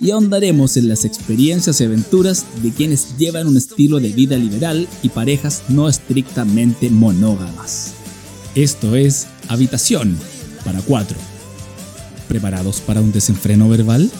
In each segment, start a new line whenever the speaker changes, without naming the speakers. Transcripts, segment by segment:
y ahondaremos en las experiencias y aventuras de quienes llevan un estilo de vida liberal y parejas no estrictamente monógamas. Esto es Habitación para cuatro. ¿Preparados para un desenfreno verbal?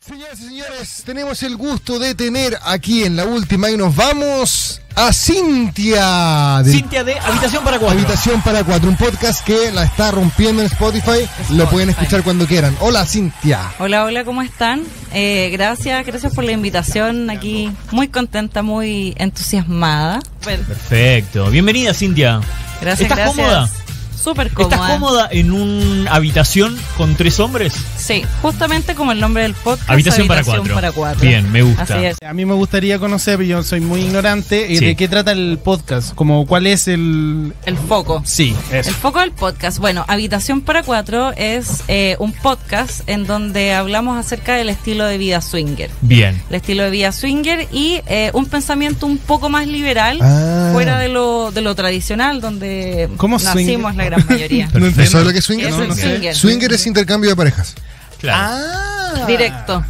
Señoras y señores, tenemos el gusto de tener aquí en la última y nos vamos a Cintia de
Cintia de Habitación para Cuatro.
Habitación para Cuatro, un podcast que la está rompiendo en Spotify. Lo pueden escuchar cuando quieran. Hola Cintia.
Hola, hola, ¿cómo están? Eh, gracias, gracias por la invitación. Aquí muy contenta, muy entusiasmada. Bueno,
Perfecto. Bienvenida, Cintia.
Gracias,
¿Estás
gracias.
cómoda?
Súper cómoda.
¿Estás cómoda en una habitación con tres hombres?
Sí, justamente como el nombre del podcast.
Habitación para cuatro.
para cuatro.
Bien, me gusta.
Así es.
A mí me gustaría conocer, pero yo soy muy ignorante, eh,
Sí.
¿de qué trata el podcast? Como, ¿cuál es el...?
El foco.
Sí,
El foco del podcast. Bueno, Habitación para Cuatro es eh, un podcast en donde hablamos acerca del estilo de vida swinger.
Bien.
El estilo de vida swinger y eh, un pensamiento un poco más liberal,
Ah.
fuera de lo, de lo tradicional, donde
¿Cómo
nacimos
swinger?
la gran mayoría.
Perfecto.
¿No sabes lo que es swinger?
Es
No,
el
no sé.
swinger.
Swinger es intercambio de parejas. Ah.
Claro.
Ah. Directo.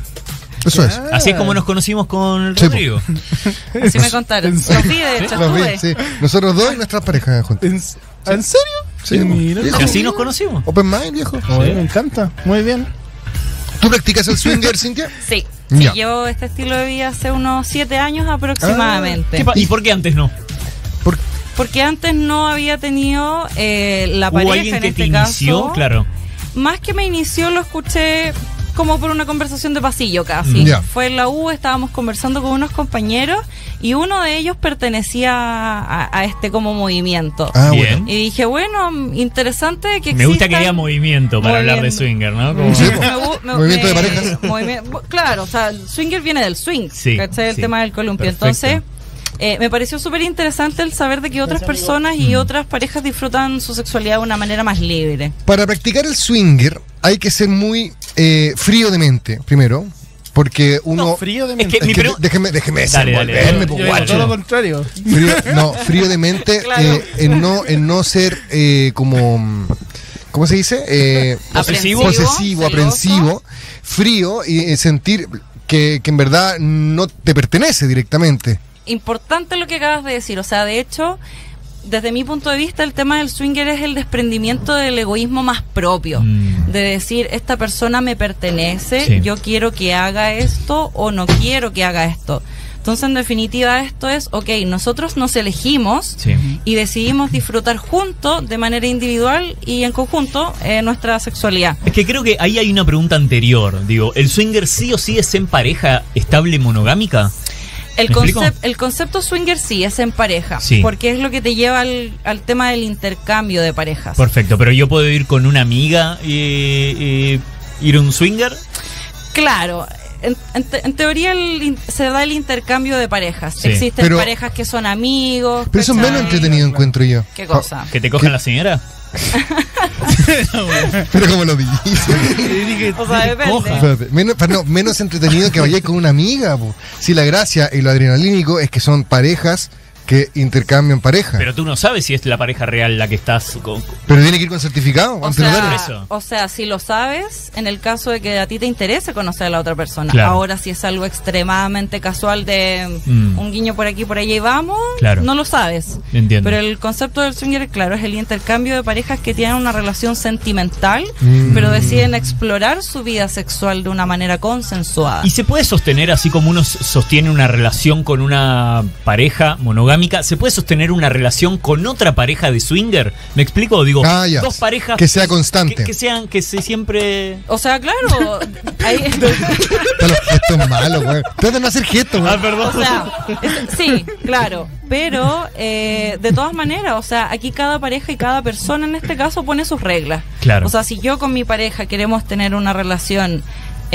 Eso es.
Así es como nos conocimos con
Sí, po.
Rodrigo.
Así me contaron. Los vi, de hecho,
Los vi,
estuve.
sí. Nosotros dos y nuestras parejas juntas.
¿En, ¿en serio?
Sí,
mira.
viejo.
Y así nos conocimos.
Open mind, viejo.
Oye, me encanta, muy bien.
¿Tú practicas el swinger, Cintia?
Sí, sí,
Ya.
llevo este estilo de vida hace unos siete años
Ah.
aproximadamente.
¿Qué pa- ¿Y por qué antes no?
Porque antes no había tenido eh, la
¿Hubo
pareja
alguien
en
que
este
te inició?
caso.
Claro.
Más que me inició, lo escuché como por una conversación de pasillo casi.
Mm. Ya.
Fue en la U, estábamos conversando con unos compañeros y uno de ellos pertenecía a, a este como movimiento.
Ah,
Bien.
Y dije, bueno, mm, interesante que
Me gusta que
existan-
haya movimiento para
Moviendo.
hablar de swinger, ¿no? Como-
Sí, pues.
Me gu- me-
Movimiento de
me-
parejas.
movimi- bu- claro, o sea, el swinger viene del swing,
Sí,
¿cachai? El
sí.
tema del columpio.
Perfecto.
Entonces, eh, me pareció súper interesante el saber de que otras personas y otras parejas disfrutan su sexualidad de una manera más libre.
Para practicar el swinger hay que ser muy eh, frío de mente, primero, porque uno...
No, frío de mente.
que- Mi pregu-
déjeme, déjeme
Dale, dale,
desenvolverme,
dale.
po,
Yo digo
guacho.
todo lo contrario.
Frío, no, frío de mente eh, en, no, en no ser eh, como... mm, ¿Cómo se dice? Eh,
Aprensivo,
posesivo,
celoso.
aprensivo, frío y eh, sentir que, que en verdad no te pertenece directamente.
Importante lo que acabas de decir, o sea, de hecho, desde mi punto de vista, el tema del swinger es el desprendimiento del egoísmo más propio.
Mm.
De decir, esta persona me pertenece,
Sí.
yo quiero que haga esto o no quiero que haga esto. Entonces, en definitiva, esto es, ok, nosotros nos elegimos
Sí.
y decidimos disfrutar juntos, de manera individual y en conjunto, eh, nuestra sexualidad.
Es que creo que ahí hay una pregunta anterior. Digo, ¿el swinger sí o sí es en pareja estable monogámica?
El,
¿Me explico?
concep- el concepto swinger sí es en pareja,
Sí.
porque es lo que te lleva al, al tema del intercambio de parejas.
Perfecto, pero yo puedo ir con una amiga y, y ir a un swinger.
Claro. En, en te- en teoría el in- se da el intercambio de parejas.
Sí.
Existen
Pero-
parejas que son amigos.
Pero eso es
¿cachai?
menos entretenido, Ah, encuentro yo.
¿Qué cosa?
¿Que te coja la señora?
Pero como lo dijiste.
Y dije,
O sea, depende.
Espérate, menos, pero no, menos entretenido que vayáis con una amiga. po. Si la gracia y lo adrenalínico es que son parejas que que intercambian pareja. Pero,
Pero tú no sabes si es la pareja real la que estás con.
tiene que ir con certificado
O
antes de darle.
sea,
eso.
o sea, si lo sabes, en el caso de que a ti te interese conocer a la otra persona.
Claro.
Ahora, si es algo extremadamente casual de
Mm.
un guiño por aquí, por allá y vamos,
Claro.
no lo sabes.
Entiendo.
Pero el concepto del swinger, claro, es el intercambio de parejas que tienen una relación sentimental,
Mm.
pero deciden explorar su vida sexual de una manera consensuada.
Ah.
¿Y se puede sostener, así como uno s- sostiene una relación con una pareja monogámica, se puede sostener una relación con otra pareja de swinger? ¿Me explico? Digo,
Ah, ya.
dos parejas.
Que sea constante.
Que, que sean, que se siempre.
O sea, claro, ahí-
Están los gestos malos, güey. Trata de no hacer gestos, güey.
perdón.
O sea, es- sí, claro. Pero eh, de todas maneras, o sea, aquí cada pareja y cada persona en este caso pone sus reglas.
Claro.
O sea, si yo con mi pareja queremos tener una relación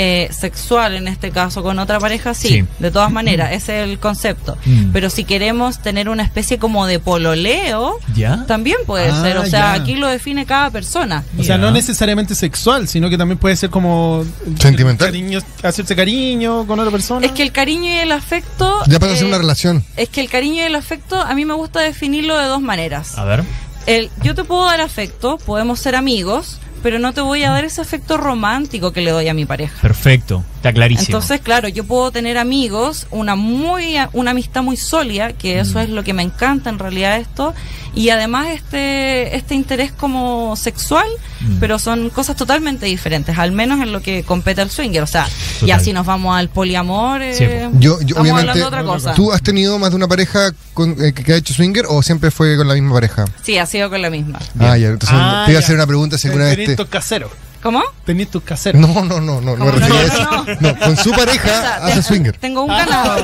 eh, sexual, en este caso con otra pareja, sí,
Sí.
de todas maneras, ese es el concepto.
Mm.
Pero si queremos tener una especie como de pololeo,
¿Ya?
también puede
Ah,
ser. O sea,
ya.
aquí lo define cada persona.
O sea,
Ya.
no necesariamente sexual, sino que también puede ser como.
Sentimental.
cariño- hacerse cariño con otra persona.
Es que el cariño y el afecto...
Ya para hacer
eh,
una relación.
Es que el cariño y el afecto a mí me gusta definirlo de dos maneras.
A ver.
El, yo te puedo dar afecto, podemos ser amigos, pero no te voy a dar ese afecto romántico que le doy a mi pareja.
Perfecto. Está clarísimo.
Entonces, claro, yo puedo tener amigos, una muy una amistad muy sólida, que eso es lo que me encanta en realidad esto, y además este este interés como sexual,
Mm.
pero son cosas totalmente diferentes, al menos en lo que compete al swinger, o sea, y
Total.
así nos vamos al poliamor, eh,
Sí, po.
Yo, yo,
estamos hablando
obviamente,
de otra cosa.
¿tú has tenido más de una pareja con, eh, que, que ha hecho swinger o siempre fue con la misma pareja?
Sí, ha sido con la misma.
Ah, ya, entonces
Ah,
te iba a
ya.
hacer una pregunta si alguna vez
Tenés
te...
tus caseros.
¿Cómo?
Tenés tus caseros.
este. No, no, no, no, no me
¿Cómo no,
refería a
no,
eso. No, con su
O sea,
pareja Ah, hace
te-
swinger.
Tengo un ganado.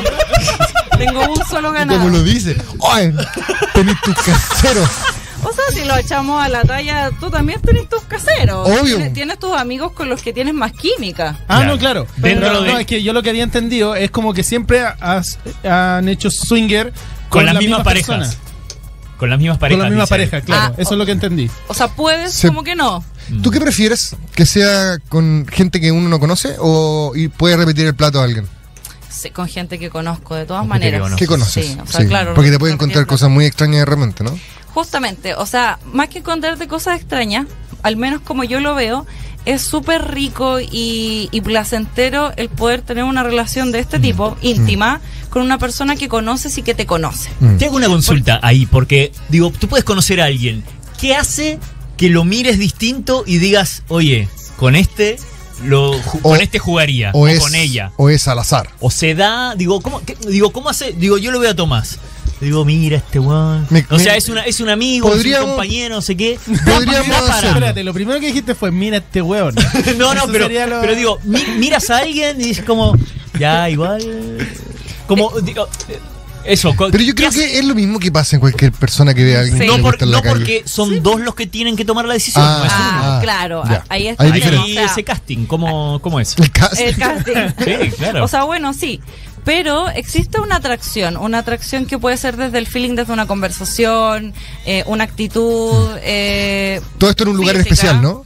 tengo un solo ganado.
Como lo dice. ¡Ay! Tenés tus caseros.
O sea, si lo echamos a la talla, tú también tienes tus caseros.
Obvio.
Tienes, tienes tus amigos con los que tienes más química.
Ah,
Claro.
no, claro.
Dentro
Pero,
de-
no, es que yo lo que había entendido es como que siempre has- han hecho swinger
con,
con,
las
la misma
mismas parejas.
persona.
Con las mismas parejas.
Con la misma
dice.
pareja, claro.
Ah,
eso es lo que entendí.
O sea, puedes,
Se-
como que no.
Mm.
¿Tú qué prefieres? ¿Que sea con gente que uno no conoce o y puede repetir el plato a alguien?
Sí, con gente que conozco, de todas
Con gente que
maneras.
No,
¿Qué
sí,
conoces?
Sí, o sea,
Sí,
claro.
Porque te puede encontrar
repetirlo.
cosas muy extrañas de repente, ¿no?
Justamente, o sea, más que encontrarte cosas extrañas, al menos como yo lo veo, es súper rico y, y placentero el poder tener una relación de
Mm.
este tipo, íntima, con una persona que conoces y que te conoce.
Mm.
Te hago una consulta ahí, porque, digo, tú puedes conocer a alguien. ¿Qué hace que lo mires distinto y digas, oye, con este lo ju-
O-
con este jugaría? O,
es,
con ella.
O es al azar.
O se da, digo, ¿cómo, qué- digo, ¿cómo hace? Digo, yo lo veo a Tomás. Digo, mira este weón.
Me-
O
me-
sea, es, una, es un amigo, es
Podríamos-
un compañero, no sé qué.
Podríamos
Da para-
hacerlo.
Espérate, lo primero que dijiste fue, mira este hueón.
No, no,
Eso
pero,
sería lo-
pero digo, mi- miras a alguien y es como, ya, igual. Como, digo, eh, eso. co-
Pero yo
¿qué
creo
hace?
que es lo mismo que pasa en cualquier persona que vea a alguien
Sí.
que
No,
le
por-
gusta en
no
la calle.
porque son dos los que tienen que tomar la decisión.
Ah,
no es uno.
Ah,
Ah,
claro,
ya.
ahí está.
Ahí
el
Ahí
tema, o sea,
ese casting, ¿cómo, cómo es?
El caso-
el casting.
Sí, claro.
Ah. O sea, bueno, sí. Pero existe una atracción, una atracción que puede ser desde el feeling, desde una conversación, eh, una actitud. eh,
Todo esto en un lugar
física.
especial, ¿no?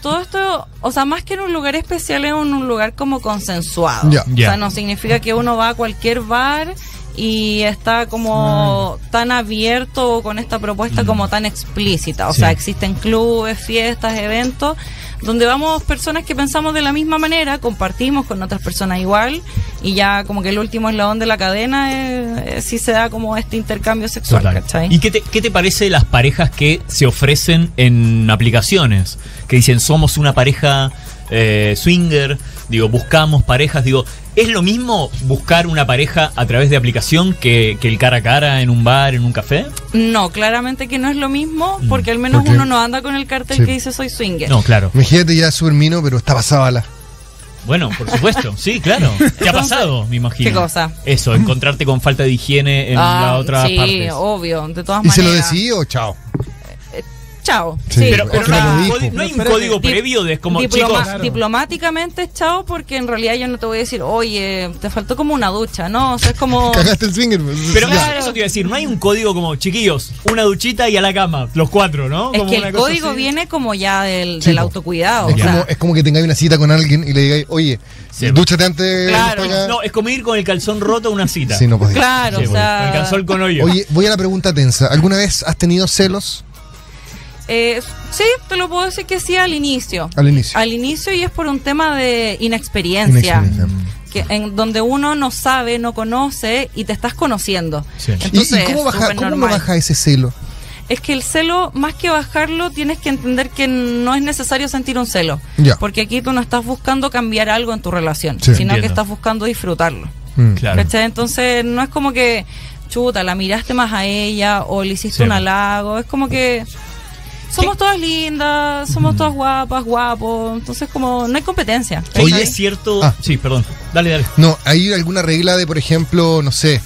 Todo esto, o sea, más que en un lugar especial, es en un lugar como consensuado.
Ya.
Ya.
O sea, no significa que uno va a cualquier bar y está como
Mm.
tan abierto o con esta propuesta como tan explícita. O
Sí.
sea, existen clubes, fiestas, eventos, donde vamos personas que pensamos de la misma manera, compartimos con otras personas igual y ya como que el último eslabón de la cadena es, es si se da como este intercambio sexual,
Total.
¿cachai?
¿Y qué te, qué te parece las parejas que se ofrecen en aplicaciones? Que dicen, somos una pareja eh, swinger, digo, buscamos parejas, digo, ¿es lo mismo buscar una pareja a través de aplicación que, que el cara a cara en un bar, en un café?
No, claramente que no es lo mismo,
Mm.
porque al menos
Porque-
uno no anda con el cartel
Sí.
que dice soy swinger.
No, claro.
Imagínate ya super mino, pero está pasada la.
Bueno, por supuesto, sí, claro. ¿Te ha pasado, me imagino?
¿Qué cosa?
Eso, encontrarte con falta de higiene en
Ah,
la otra
sí,
parte.
obvio, de todas
¿Y
maneras.
se lo decidí o chao?
chao.
Sí,
Sí,
Pero,
o
pero
Ojo,
no,
sea,
lo
hay un
dijo.
código- no hay un
Espérate.
código
Dip-
previo de es como,
diploma-
chicos,
Claro.
Diplomáticamente es chao porque en realidad yo no te voy a decir, oye, te faltó como una ducha, ¿no? O sea, es como...
Cagaste el swinger. pues.
Pero
Claro.
eso, eso te iba a decir, no hay un código como, chiquillos, una duchita y a la cama, los cuatro, ¿no?
Es
Como
que
una
el
cosa
código
así.
viene como ya del,
Sí,
del
po.
autocuidado.
Es
o sea,
como, es como que tengáis una cita con alguien y le digáis, oye,
Sí.
dúchate antes. de
Claro,
venir para acá.
No, es como ir con el calzón roto a una cita.
Sí, no podía.
claro,
Sí,
o
bueno, con el
sea...
calzón con hoyo.
Oye, voy a la pregunta tensa. ¿Alguna vez has tenido celos
eh, sí, te lo puedo decir que sí al inicio.
al inicio?
Al inicio y es por un tema de inexperiencia.
Inexperiencia.
Que en donde uno no sabe, no conoce y te estás conociendo.
Sí. ¿Y- y
¿Y,
Entonces,
y cómo,
es
baja,
súper
cómo uno
normal.
baja ese celo?
Es que el celo, más que bajarlo, tienes que entender que no es necesario sentir un celo.
Ya.
Porque aquí tú no estás buscando cambiar algo en tu relación,
Sí.
sino que
Entiendo.
estás buscando disfrutarlo.
Mm.
Claro.
¿Cachai? Entonces, no es como que, chuta, la miraste más a ella o le hiciste
Sí.
un halago. Es como que somos todas lindas,
Mm.
somos todas guapas, guapos. Entonces, como, no hay competencia.
Oye,
Oye.
es cierto.
Ah.
Sí, perdón. Dale, dale.
No, ¿hay alguna regla de, por ejemplo, no sé?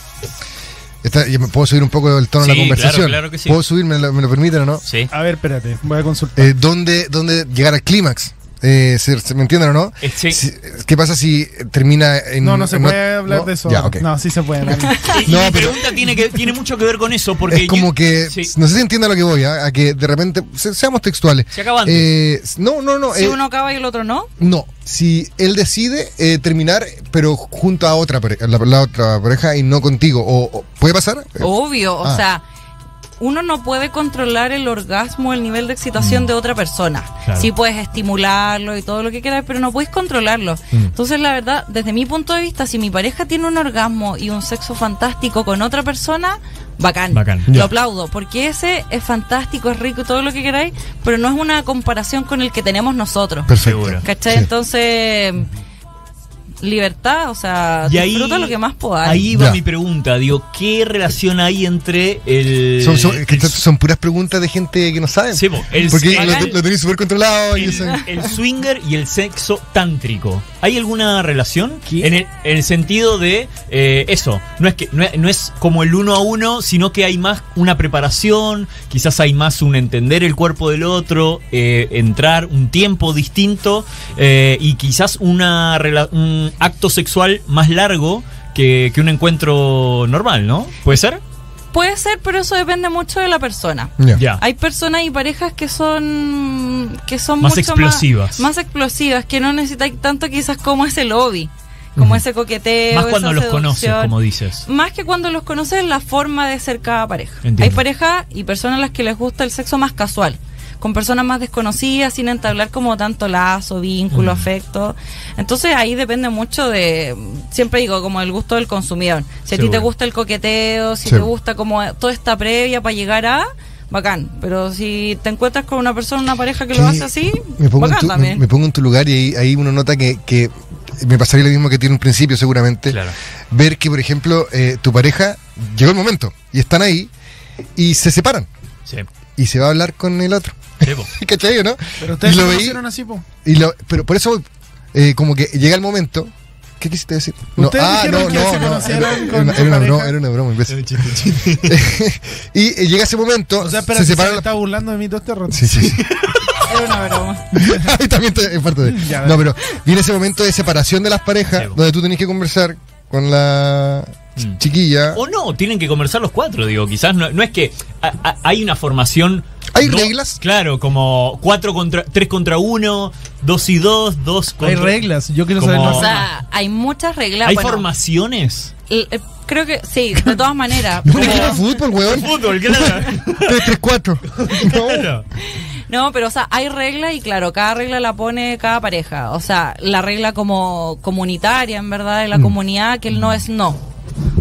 Esta- yo me puedo subir un poco el tono de
Sí,
la conversación.
claro, claro que sí.
¿Puedo subir? ¿Me lo, me lo permiten o no?
Sí.
A ver, espérate, voy a consultar.
Eh, ¿dónde, ¿Dónde llegar al clímax? Eh, ¿se, se- me entienden o no?
Eh, sí.
Si- ¿Qué pasa si termina en.
no, no se
en
puede
ot-
hablar
no?
de eso.
Ya, ok.
No, sí se puede. Dani.
Y- y
No,
mi
pero-
pregunta tiene, que, tiene mucho que ver con eso, porque.
es como
yo-
que.
Sí.
No sé si entienden a lo que voy, ¿ah? a que de repente. se- seamos textuales.
Se acaba antes.
Eh, no, no, no.
Si
eh,
uno acaba y el otro no,
No, si él decide eh, terminar, pero junto a otra pare- la, la otra pareja y no contigo, o, o- ¿puede pasar?
Oh.
obvio, o
ah.
sea, uno no puede controlar el orgasmo, el nivel de excitación de otra persona.
Mm. Claro.
Sí puedes estimularlo y todo lo que quieras, pero no puedes controlarlo.
Mm.
Entonces, la verdad, desde mi punto de vista, si mi pareja tiene un orgasmo y un sexo fantástico con otra persona, bacán.
Bacán.
Lo
Ya.
aplaudo, porque ese es fantástico, es rico, todo lo que queráis, pero no es una comparación con el que tenemos nosotros.
Perfecto.
Seguro.
¿Cachai?
Sí.
Entonces, libertad, o sea,
Y ahí,
disfruta lo que más podáis.
ahí va
Ya.
mi pregunta, digo, ¿qué relación hay entre el.
Son, son- que
el-
estas son puras preguntas de gente que no sabe.
Eh, Sí, po, el-
porque
el-
lo, lo tenéis súper controlado. y eso-
el, el swinger y el sexo tántrico. ¿Hay alguna relación?
¿Qué?
En el, en el sentido de eh, eso, no es que no es, no es como el uno a uno, sino que hay más una preparación, quizás hay más un entender el cuerpo del otro, eh, entrar un tiempo distinto eh, y quizás una rela- un acto sexual más largo que, que un encuentro normal, ¿no? ¿Puede ser?
Puede ser, pero eso depende mucho de la persona.
Ya.
Ya.
Hay personas y parejas que son que son
Más
mucho
explosivas.
más, más explosivas, que no necesitan tanto quizás como ese lobby, como ese coqueteo,
Más cuando
esa
los conoces,
seducción.
como dices.
Más que cuando los conoces, la forma de ser cada pareja.
Entiendo.
Hay parejas y personas a las que les gusta el sexo más casual, con personas más desconocidas, sin entablar como tanto lazo, vínculo,
Mm.
afecto. Entonces ahí depende mucho de, siempre digo, como el gusto del consumidor. Si a ti te
Seguro.
gusta el coqueteo, si
Sí.
te gusta como toda esta previa para llegar a... Bacán, pero si te encuentras con una persona, una pareja que lo
Sí,
hace así,
Me pongo, en
bacán
tu, me,
también.
me pongo en tu lugar y ahí, ahí uno nota que, que me pasaría lo mismo que tiene un principio, seguramente.
Claro.
Ver que, por ejemplo, eh, tu pareja llegó el momento y están ahí y se separan
Sí.
y se va a hablar con el otro.
Sí, po.
¿Cachai, o no?
Pero ustedes
Y
lo
lo veí,
hicieron así, po.
y lo- pero por eso, eh, como que llega el momento. ¿Qué quisiste decir? ah,
Ustedes dijeron que se conocieron
era,
con
era
su
una
pareja.
broma, era una broma, imbécil. y eh, llega ese momento,
O sea, espera,
se
se,
separan.
está burlando de mí todo este rato.
Sí, sí, sí.
Es una broma.
Ahí también te- es parte de.
Ya,
no, pero viene ese momento de separación de las parejas,
Sí, bueno.
donde tú tenés que conversar con la
Mm.
chiquilla.
O no, tienen que conversar los cuatro, digo, quizás no, no es que a- a- hay una formación.
¿Hay
no-
reglas?
Claro, como cuatro contra, tres contra uno, dos y dos, dos contra.
Hay reglas, yo quiero
Como-
saber más.
O sea, hay muchas reglas.
Hay
bueno,
formaciones.
l- eh, creo que sí, de todas maneras.
Un
pero-
equipo de fútbol, weón.
Fútbol, claro.
3-3-4. No.
Claro.
No, pero o sea, hay reglas y claro, cada regla la pone cada pareja. O sea, la regla como comunitaria, en verdad, de la comunidad, que el no es no.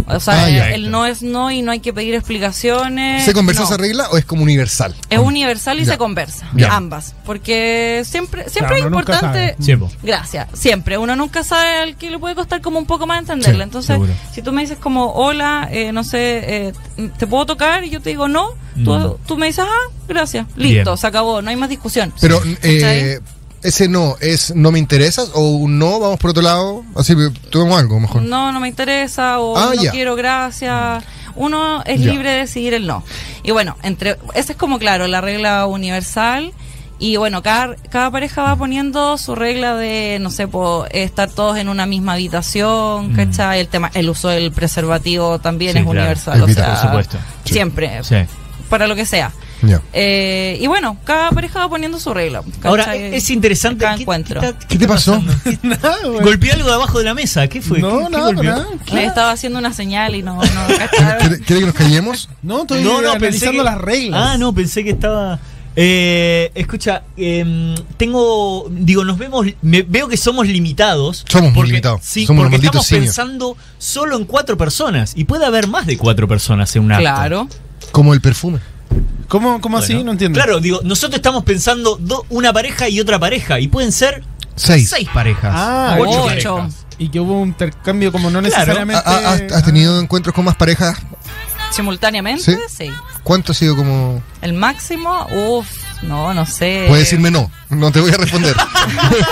O sea,
Mm. Ah,
el-
ya.
el no es no y no hay que pedir explicaciones.
¿Se conversó
no.
esa regla o es como universal?
Es universal y
Ya.
se conversa,
Ya.
ambas. Porque siempre, siempre
Claro,
es
uno nunca
importante.
sabe.
Siempre.
Gracias, siempre. Uno nunca sabe al que le puede costar como un poco más entenderla.
Sí,
Entonces,
seguro.
si tú me dices como, hola, eh, no sé, eh, ¿te puedo tocar? Y yo te digo, no. Tú,
No.
tú me dices, ah, gracias. Listo,
Bien.
se acabó, no hay más discusión.
Pero
¿Cachai?
eh, ese no es no me interesas o un no vamos por otro lado, así tomemos algo mejor.
No, no me interesa, o
Ah,
no
ya.
quiero, gracias. uno es
Mm. Ya.
libre de decidir el no. Y bueno, entre esa es como claro, la regla universal. Y bueno, cada, cada pareja va poniendo su regla de, no sé, po, estar todos en una misma habitación, ¿cachai? El tema, el uso del preservativo también
Mm. Sí,
es
claro.
universal,
Es
o
vital.
sea,
Por supuesto. Sí.
siempre,
Sí.
para lo que sea.
Ya.
Eh, y bueno, cada pareja va poniendo su regla. ¿cachai?
Ahora, e, eh, es interesante.
Cada
¿qué-
encuentro.
está-
¿Qué te
está
pasó?
pasando?
Nada, güey.
Golpeé algo de abajo de la mesa. ¿Qué fue? ¿Qué-
No,
qué
nada,
golpeó?
nada.
Le estaba haciendo una señal y no, no
¿Quiere,
cacharon.
quiere- quiere que nos callemos?
No, estoy
No, no, pensé
analizando
que-
las reglas.
Ah, no, pensé que estaba. Eh, escucha, em, tengo. Digo, nos vemos. me- veo que somos limitados.
Somos muy
porque-
limitados.
Sí,
Somos los
porque
malditos
estamos
simios.
pensando solo en cuatro personas. Y puede haber más de cuatro personas en una.
Claro.
Como el perfume.
¿Cómo, cómo así? No entiendo.
Claro, digo, nosotros estamos pensando do- una pareja y otra pareja. Y pueden ser
Seis.
parejas.
Ah,
Ocho
ocho.
parejas.
Y que hubo un intercambio como no
Claro.
necesariamente.
¿Ha- ha- ¿Has, has tenido encuentros con más parejas?
Simultáneamente,
¿Sí?
¿Sí?
¿Cuánto ha sido como.?
El máximo, uff, no, no sé.
Puedes decirme no. No te voy a responder.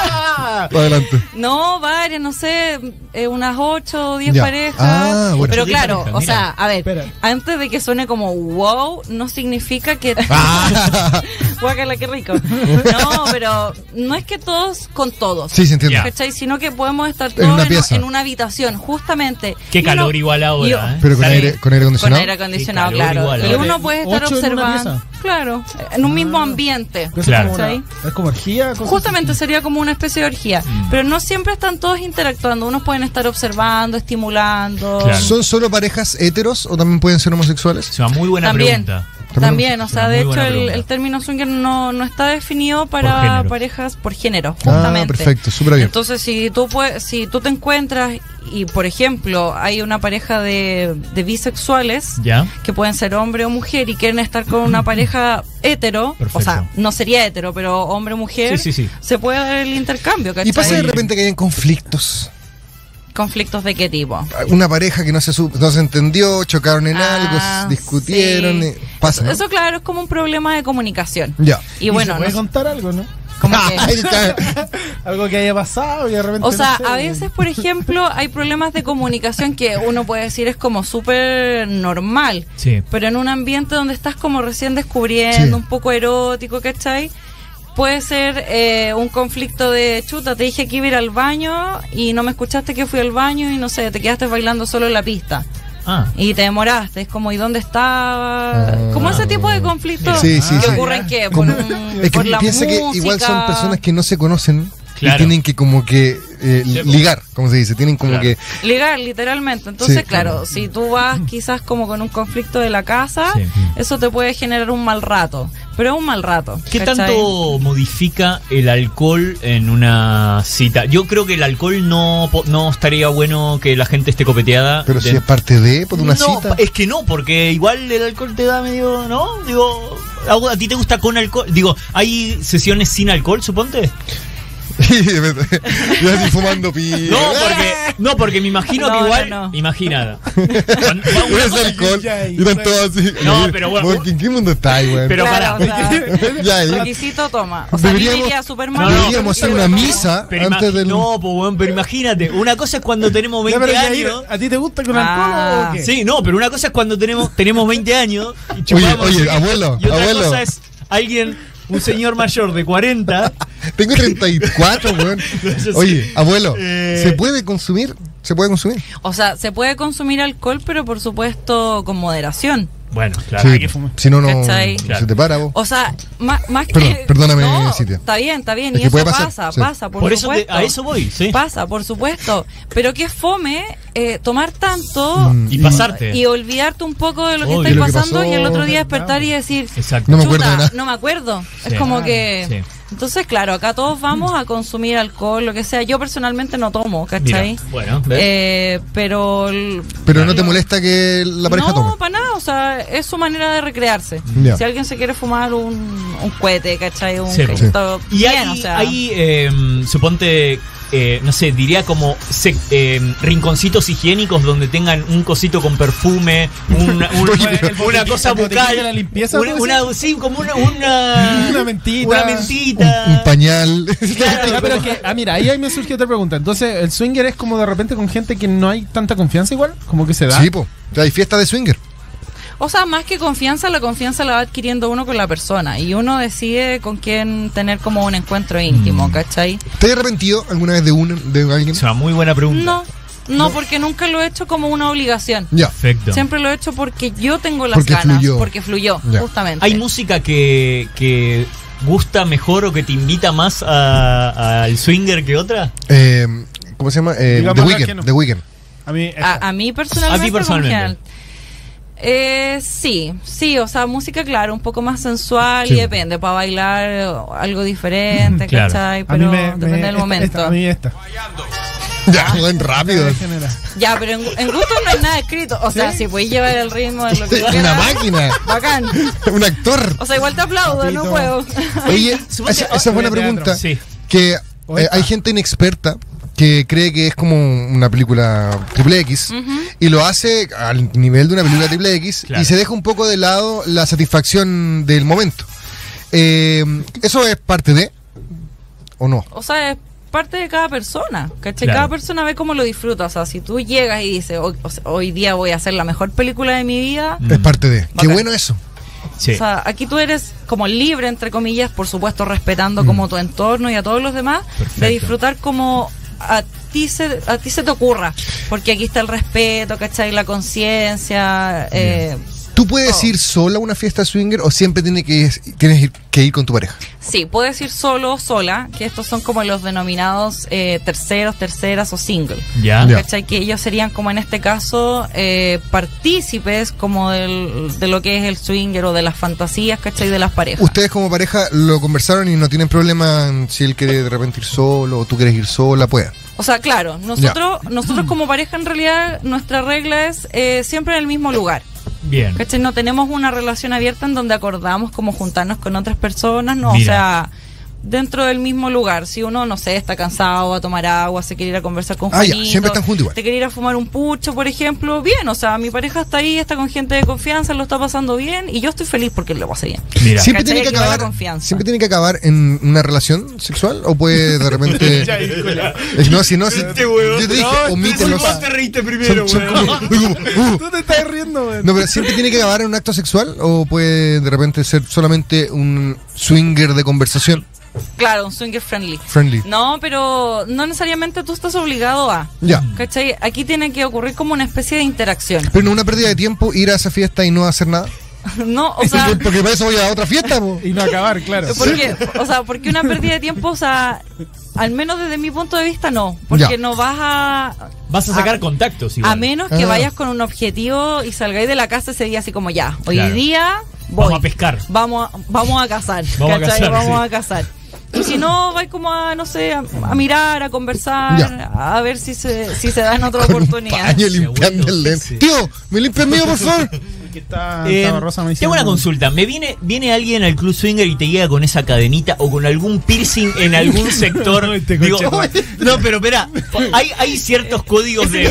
Adelante.
No, varias, no sé, eh, unas ocho o diez
Ya.
parejas.
Ah, bueno.
Pero
Ocho, diez
claro,
parejas,
o
mira.
sea, a ver,
Espera.
antes de que suene como wow, no significa que...
Ah.
Guácala, qué rico. No, pero no es que todos con todos.
Sí, se entiende.
Ya.
¿Cachai? Sino que podemos estar
En
todos
una
en,
pieza.
en una habitación, justamente.
Qué
Y
calor
uno-
igual ahora.
y-
¿eh?
Pero con
Está
aire,
bien.
con aire
Con
acondicionado.
aire acondicionado,
Qué calor
claro.
igual,
y
ahora.
uno puede estar
Ocho en una
observando.
pieza.
Claro, en un
Ah.
mismo ambiente.
Eso es
Claro.
como una- es como orgía. cosas
Justamente sería como una especie de orgía.
Mm.
Pero no siempre están todos interactuando. Unos pueden estar observando, estimulando.
Claro.
¿Son solo parejas heteros o también pueden ser homosexuales?
Es una muy buena
También,
pregunta.
también, o sea,
Muy
de hecho
buena
el,
pregunta.
el término swinger no, no está definido
Por
para
género.
parejas por género,
Ah,
justamente.
perfecto, súper bien.
Entonces, si tú, puedes, si tú te encuentras y, por ejemplo, hay una pareja de, de bisexuales,
Ya.
que pueden ser hombre o mujer y quieren estar con una pareja hetero,
Perfecto.
o sea, no sería hetero, pero hombre o mujer,
Sí, sí, sí.
se puede dar el intercambio, ¿cachai?
Y pasa de repente que hayan conflictos.
¿Conflictos de qué tipo?
Una pareja que no se, su- no se entendió, chocaron en
Ah,
algo, discutieron.
sí.
eh, Pasa. ¿no?
Eso, claro, es como un problema de comunicación.
Ya. Ah,
Y bueno,
¿Me puede
no-
contar algo, no?
como que-
Ahí está.
Algo que haya pasado y de repente.
O sea,
no sé,
a
güey.
veces, por ejemplo, hay problemas de comunicación que uno puede decir es como súper normal,
Sí.
pero en un ambiente donde estás como recién descubriendo,
Sí.
un poco erótico, ¿cachai? Puede ser eh, un conflicto de chuta, te dije que iba a ir al baño y no me escuchaste que fui al baño y no sé, te quedaste bailando solo en la pista
Ah.
y te demoraste, es como ¿y dónde estaba?
Ah.
como ese tipo de conflictos
Sí, sí,
que
sí.
ocurren que por,
Como-
un-
es que
por la
piensa que igual son
música.
personas que no se conocen y
Claro. pues.
tienen que como que eh, ligar, como se dice, tienen como
Claro.
que
Legal, literalmente. Entonces,
Sí,
claro,
claro. Mm.
si tú vas quizás como con un conflicto de la casa,
Sí.
eso te puede generar un mal rato. Pero es un mal rato.
¿Qué
¿cachai?
tanto modifica el alcohol en una cita? Yo creo que el alcohol no, po- no estaría bueno que la gente esté copeteada.
pero
de-
si es parte de por una
no,
cita.
pa- es que no, porque igual el alcohol te da medio, ¿no? Digo, ¿a a ti te gusta con alcohol? Digo, ¿hay sesiones sin alcohol, suponte?
pues.
Y me- yo así fumando pi.
No, porque, no, porque me imagino
No,
que
no,
igual,
no.
imaginada. Cuando- va una
Es
cosa-
alcohol.
DJ,
Y están todos así.
No, pero bueno,
Porque ¿En qué mundo está ahí, güey?
Pero
Claro,
para.
o sea,
Ya, ya.
requisito toma. O sea, yo
Deberíamos-
diría Superman.
No, no,
Deberíamos hacer una misa
Pero
Ah, antes
imagi-
del.
No, pues, weón, pero imagínate, una cosa es cuando tenemos 20
Ya, pero ya,
años.
¿A ti te gusta con alcohol
Ah.
o qué?
Sí, no, pero una cosa es cuando tenemos, tenemos 20 años y
Oye,
chupamos.
oye, abuelo,
y otra
abuelo.
cosa es alguien, un señor mayor de 40.
Tengo 34, weón.
sé.
Oye, abuelo,
Eh.
¿se puede consumir? ¿Se puede consumir?
O sea, se puede consumir alcohol, pero por supuesto con moderación.
Bueno, claro, hay
Sí,
que fumar.
si no, no
¿Cachai?
se te para vos.
O sea, más, más
Perdón,
que.
perdóname,
No,
Cintia.
Está bien, está bien.
Es
y
que
eso
puede pasar,
pasa,
sí.
pasa, por,
Por, eso te-
supuesto.
a eso voy, sí.
Pasa, por supuesto. Pero que fome eh, tomar tanto
y pasarte.
y olvidarte un poco de lo
Obvio,
que estáis
Mm, lo que
pasando
pasó,
y el otro día despertar y decir,
Exacto.
No me acuerdo de
"Chuta,
nada".
no me acuerdo.
Sí.
Es como que...
Sí.
Entonces, claro, acá todos vamos a consumir alcohol, lo que sea. Yo personalmente no tomo,
Mira,
¿cachai?
bueno, ¿ves?
Eh, pero... el-
Pero no te molesta que la pareja
no,
tome.
para nada, o sea, es su manera de recrearse.
Ya.
Si alguien se quiere fumar un, un cohete, ¿cachai? Un
Sí.
gesto,
Y
bien,
hay,
o sea.
hay, em, suponte, eh, no sé, diría como sec- em, rinconcitos higiénicos donde tengan un cosito con perfume, una, un-
Oye,
una
pero-
una cosa
¿El botiquín
bucal.
de la limpieza,
una,
puede
una- sí, como una, una,
Una mentita.
Una
Un,
mentita.
un pañal.
Ah, pero que- ah, mira, ahí, ahí me surgió otra pregunta. Entonces, el swinger es como de repente con gente que no hay tanta confianza igual, como que se da.
sí, po. O sea, hay fiesta de swinger.
O sea, más que confianza, la confianza la va adquiriendo uno con la persona y uno decide con quién tener como un encuentro
Mm.
íntimo, ¿cachai?
¿Te has arrepentido alguna vez de un de alguien?
Es una muy buena pregunta.
No, no, porque nunca lo he hecho como una obligación.
Ya.
Perfecto.
Siempre lo he hecho porque yo tengo las
Porque
ganas,
fluyó.
porque fluyó,
Ya.
justamente.
¿Hay música que, que gusta mejor o que te invita más a- al swinger que otra?
Eh, ¿Cómo se llama? Eh,
Digamos
The
acá
Weeknd.
que no.
The Weeknd.
A mí, eso.
A, a mí personalmente.
A ti personalmente.
como que- Eh, sí, sí, o sea, música, claro, un poco más sensual y
Sí.
depende, para bailar eh, algo diferente,
Claro.
¿cachai?
a mí
Pero
me,
depende
me-
del
esta-
momento.
esta- a mí esta.
Ya,
Ah.
joder, rápido.
En general.
Ya, pero en, en gusto no hay nada escrito. O sea, si puedes llevar el ritmo de lo que
Una
quieras,
máquina.
Bacán.
Un actor.
O sea, igual te aplaudo, no
Papito.
puedo.
Oye, esa, esa es buena
Teatro.
pregunta.
Sí.
Que eh,
O esta.
hay gente inexperta que cree que es como una película triple X y lo hace al nivel de una película triple X
Claro.
y se deja un poco de lado la satisfacción del momento. Eh, ¿Eso es parte de o no?
O sea, es parte de cada persona, ¿cachai?
Claro.
Cada persona ve cómo lo disfruta. O sea, si tú llegas y dices, hoy, o sea, hoy día voy a hacer la mejor película de mi vida,
Mm.
Es parte de. Qué
Bacán.
bueno eso.
Sí.
O sea, aquí tú eres como libre, entre comillas, por supuesto, respetando como tu entorno y a todos los demás,
Mm. Perfecto.
de disfrutar como a ti, se, a ti se te ocurra. Porque aquí está el respeto, ¿cachai? La conciencia. eh,
¿Tú puedes
Oh.
ir sola a una fiesta swinger o siempre tiene que, tienes ir- que ir con tu pareja?
sí, puedes ir solo o sola, que estos son como los denominados eh, terceros, terceras o single.
ya.
Ya.
¿Cachai? Que ellos serían como en este caso eh, partícipes como del- de lo que es el swinger o de las fantasías, ¿cachai? De las parejas.
Ustedes como pareja lo conversaron y no tienen problema en si él quiere de repente ir solo o tú quieres ir sola, pueda.
O sea, claro, nosotros, nosotros como pareja en realidad nuestra regla es eh, siempre en el mismo lugar.
Bien.
¿Cachai? No tenemos una relación abierta en donde acordamos como juntarnos con otras personas, no,
Mira.
o sea, dentro del mismo lugar. Si uno, no sé, está cansado, va a tomar agua, se quiere ir a conversar con
Ah, ya,
Juanito,
siempre están juntos igual.
Te quiere ir a fumar un pucho, por ejemplo, bien, o sea, mi pareja está ahí, está con gente de confianza, lo está pasando bien y yo estoy feliz porque lo pasé bien.
Mira.
Siempre
¿Cachai?
tiene que
Aquí va la
acabar
confianza.
siempre tiene que acabar en una relación sexual o puede de repente Eh, No, si no si, yo te dije, omítelo.
reíste
Son- son como-
Tú te estás riendo, weón.
No, pero siempre tiene que acabar en un acto sexual o puede de repente ser solamente un swinger de conversación
Claro, un swinger friendly.
friendly.
No, pero no necesariamente tú estás obligado a.
Ya.
¿Cachai? Aquí tiene que ocurrir como una especie de interacción.
Pero no una pérdida de tiempo ir a esa fiesta y no hacer nada.
No, o sea,
Porque para eso voy a otra fiesta, po.
Y no acabar, claro.
porque, o sea, porque una pérdida de tiempo, o sea, al menos desde mi punto de vista no, porque
Ya.
no vas a
Vas a sacar contactos igual.
a menos que
Ah.
vayas con un objetivo y salgáis de la casa ese día así como ya, hoy
Claro.
día voy.
Vamos a pescar.
Vamos a, vamos a cazar,
Vamos a
¿cachai?
cazar,
vamos
sí.
a cazar. Y si no, vais como a, no sé, a, a mirar, a conversar,
Ya.
a ver si se, si se dan otra
Con un
oportunidad.
paño limpiando el lente. Tío, me limpia el mío, por favor.
Porque está,
Eh,
Ah, estaba Rosa me
tengo una consulta. ¿Me viene, viene alguien al club swinger y te llega con esa cadenita o con algún piercing en algún sector?
Este
Digo,
coche.
no, pero espera, hay, hay ciertos códigos de.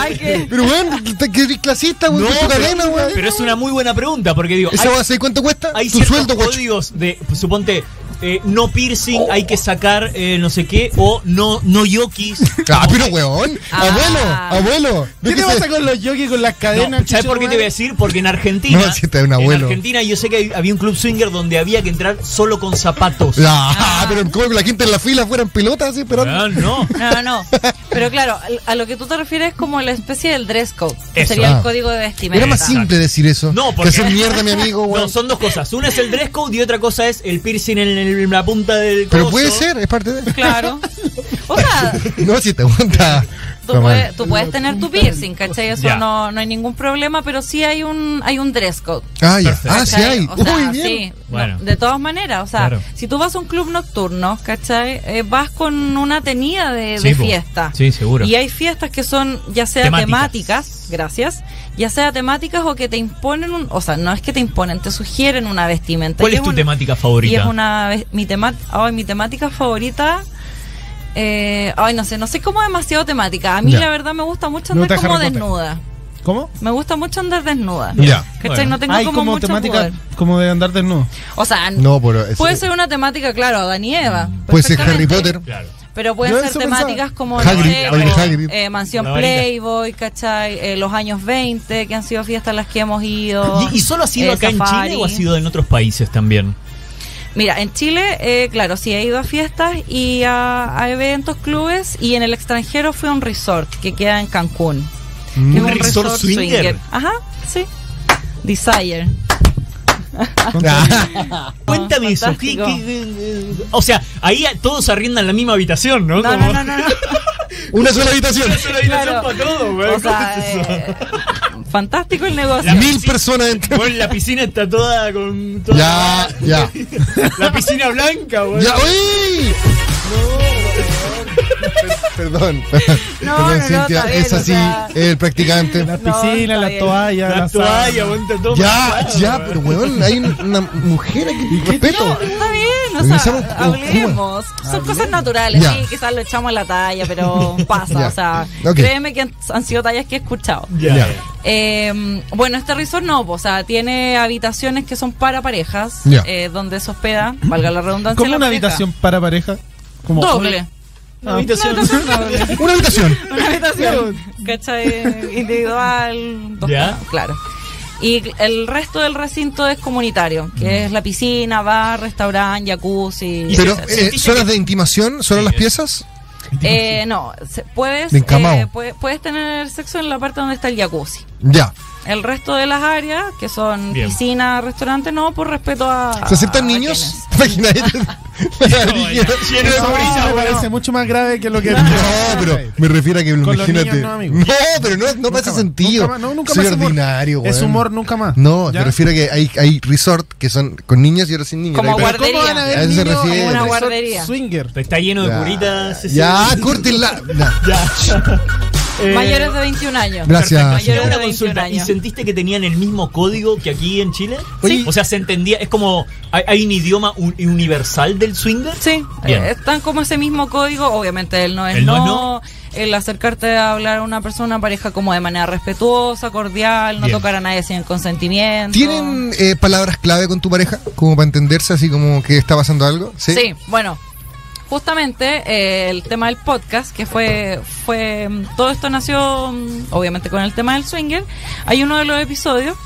Ay, que-
Pero, weón, te- que eres clasista, weón. con tu cadena, weón.
Pero es una muy buena pregunta porque digo,
¿Esa
hay-
va a ser cuánto cuesta?
hay
tu
ciertos
sueldo, guacho.
códigos de, pues, suponte, eh, no piercing, hay que sacar eh, no sé qué, o no, no yokis.
Ah, pero weón.
Ah.
Abuelo, abuelo.
¿Qué te
Déjese-
pasa con los yokis con las
No,
cadenas?
¿Sabes
chucho,
por qué te voy a
weón?
decir? Porque en Argentina.
No, si está un abuelo.
En Argentina yo sé que hay- había un club swinger donde había que entrar solo con zapatos.
Ah, pero como que la gente en la fila fueran pelotas así esperando.
Ah, no.
No, no. Pero claro, a lo que tú te refieres es como la especie del dress code, que
Eso.
sería
Ah.
el código de vestimenta.
Era más simple decir eso.
Ah. No,
Que
porque-
hacer mierda a mi amigo, weón.
No, son dos cosas. Una es el dress code y otra cosa es el piercing en, el- en la punta del
pero
coso.
puede ser, es parte de.
Claro. O sea,
No, si te aguanta.
tú, puedes, tú puedes tener tu piercing, ¿cachai? Eso
Ya.
no, no hay ningún problema, pero sí hay un, hay un dress code.
Ah, ya. Ah, sí
¿cachai?
hay.
O sea,
Uy, bien.
sí. No,
Bueno.
de todas maneras, o sea,
Claro.
si tú vas a un club nocturno, ¿cachai? Eh, vas con una tenida de,
Sí,
de
po.
fiesta.
Sí, seguro.
Y hay fiestas que son ya sea
Temáticas.
temáticas. gracias, ya sea temáticas o que te imponen, un, o sea, no es que te imponen, te sugieren una vestimenta.
¿Cuál
Y
es tu
un-
temática favorita?
Y es una ve- mi tema, ay, mi temática favorita. eh, ay, no sé, no sé cómo demasiado temática. A mí
Ya.
la verdad me gusta mucho
Me
andar
gusta
como
Harry Potter.
desnuda.
¿Cómo?
Me gusta mucho andar desnuda.
Ya.
¿Cachai?
Bueno.
no tengo
Hay
como,
como,
mucho
temática
poder.
como de andar desnudo.
O sea,
No, pero. es-
puede ser una temática, claro, Adán y Eva.
Puede ser Harry
perfectamente.
Potter.
Claro.
Pero pueden
Yo
ser
eso
temáticas
pensaba.
como
Hagrid,
no sé,
Hagrid,
po,
Hagrid.
eh, Mansión
La varita.
Playboy, ¿cachai? Eh, los años 20, que han sido fiestas a las que hemos ido.
¿Y, y solo ha sido
eh,
acá en
safari.
Chile o ha sido en otros países también?
Mira, en Chile, eh, claro, sí he ido a fiestas y a, a eventos, clubes, y en el extranjero fui a un resort que queda en Cancún. Que es
Mm. ¿Un resort swinger?
Ajá, sí. Desire.
Cuéntame eso.
fantástico.
¿qué- qué- qué- o sea, ahí a- todos arriendan la misma habitación, ¿no?
No,
Como-
no, no, no. no.
Una sola habitación.
Una habitación
Claro.
para todos, güey.
O sea,
¿Cómo es eso?
eh, fantástico el negocio.
Mil personas dentro.
Güey, la piscina está toda con. toda-
Ya, ya.
La piscina blanca, güey.
Ya, uy. Perdón.
No,
Perdón,
no, no,
Cintia,
está bien,
es así eh,
o sea-
el practicante.
Las
No,
piscinas,
está
las
bien.
toallas,
La
las
toalla,
sábanas.
güey, está todo
Ya,
mezclado,
ya,
güey.
pero weón, hay una mujer aquí. Respeto.
Está bien, o
Regresamos
sea,
a Cuba.
hablemos. Son cosas naturales,
Ah, Ya.
sí, quizás lo echamos a la talla, pero pasa,
Ya.
o sea,
Ok.
créeme que han, han sido tallas que he escuchado.
Ya.
Ya.
Eh, bueno, este resort no, o sea, tiene habitaciones que son para parejas,
Ya.
eh, donde se hospeda, valga la redundancia.
¿Cómo
la
una
pareja.
habitación para pareja? Como
Doble.
Una habitación.
Una habitación.
Una habitación, ¿cachai? Individual, dos
Ya.
personas, claro. Y el resto del recinto es comunitario, que es la piscina, bar, restaurante, jacuzzi.
Y-
Mm. Pero,
se-
eh,
sentiste
¿son las
que-
de intimación? ¿Son las
Sí.
piezas?
Eh, no, se- puedes,
De encamado.
eh, puede- puedes tener sexo en la parte donde está el jacuzzi.
Ya.
El resto de las áreas, que son
Bien.
piscina, restaurante, no, por respeto a...
¿Se aceptan
a
niños? Pues
quienes.
Imagina
Lleno de
Eso
brisa,
Ah, me
güey.
parece mucho más grave que lo que.
No, pero me refiero a que
Con los
imagínate.
niños no, amigo.
pero no, no me hace
más,
sentido.
nunca más, no, nunca
Soy
más humor.
ordinario,
Es
weón.
humor nunca más.
No,
¿Ya?
me refiero a que hay, hay resort que son con niños y otros sin niños.
Como
Hay-
guardería.
¿Cómo van a
A
ver
eso se
niños
refiere.
en un
Una
resort
guardería.
Swinger.
Está lleno de puritas. ese-
Ya, córtenla. Ya.
Ya. Eh,
Mayores de 21 años.
Gracias.
Perfecto. Y ahora
Mayores de
una
21
consulta. ¿Y
años.
sentiste que tenían el mismo código que aquí en Chile?
Oye-
O sea, se entendía. Es como. ¿Hay, hay un idioma un- universal del swinger?
Sí,
Bien.
eh, están como ese mismo código, obviamente el no es
El no
no,
es
el acercarte a hablar a una persona, a una pareja como de manera respetuosa, cordial, no
Bien.
tocar a nadie sin consentimiento.
¿Tienen eh, palabras clave con tu pareja? Como para entenderse, así como que está pasando algo. Sí.
¿Sí? bueno. Justamente eh, el tema del podcast, que fue, fue mm, todo esto nació mm, obviamente con el tema del swinger, hay uno de los episodios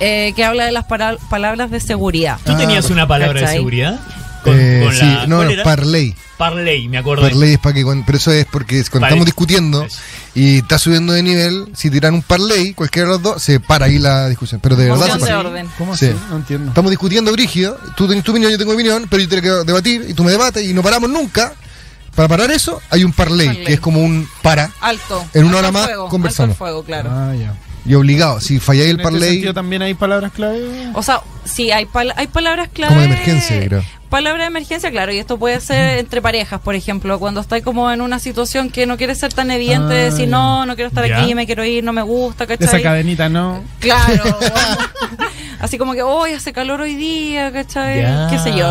eh, que habla de las para- palabras de seguridad.
¿Tú
Ah,
tenías una palabra de
¿cachai?
seguridad?
Eh, sí, no,
¿cuál
no,
era?
parlay.
Parley, me acuerdo.
Parlay es para que cuando- pero eso es porque es cuando
Parece.
estamos discutiendo y está subiendo de nivel, si tiran un parlay, cualquiera de los dos, se para ahí la discusión. Pero de verdad
Moción
se
de
para.
orden.
¿Cómo
Sí.
así? No entiendo.
Estamos discutiendo, Brígido. Tú tenés tu opinión, yo tengo mi opinión, pero yo tengo que debatir y tú me debates y no paramos nunca. Para parar eso, hay un parlay,
Parlay.
que es como un para
Alto.
En una
alto
hora
al
más
fuego, alto al
conversamos.
fuego, claro.
Ah, ya.
y obligado. Si falláis el
En este
parlay,
sentido también hay palabras clave.
O sea, sí, hay, pal- hay palabras clave.
Como de emergencia, creo.
Palabra de emergencia, claro, y esto puede ser entre parejas, por ejemplo, cuando estás como en una situación que no quieres ser tan evidente, de decir, no, no quiero estar
Ya.
aquí, me quiero ir, no me gusta, ¿cachai?
Esa cadenita, ¿no?
Claro. bueno. Así como que, hoy hace calor hoy día, ¿cachai?
Ya.
Qué sé yo.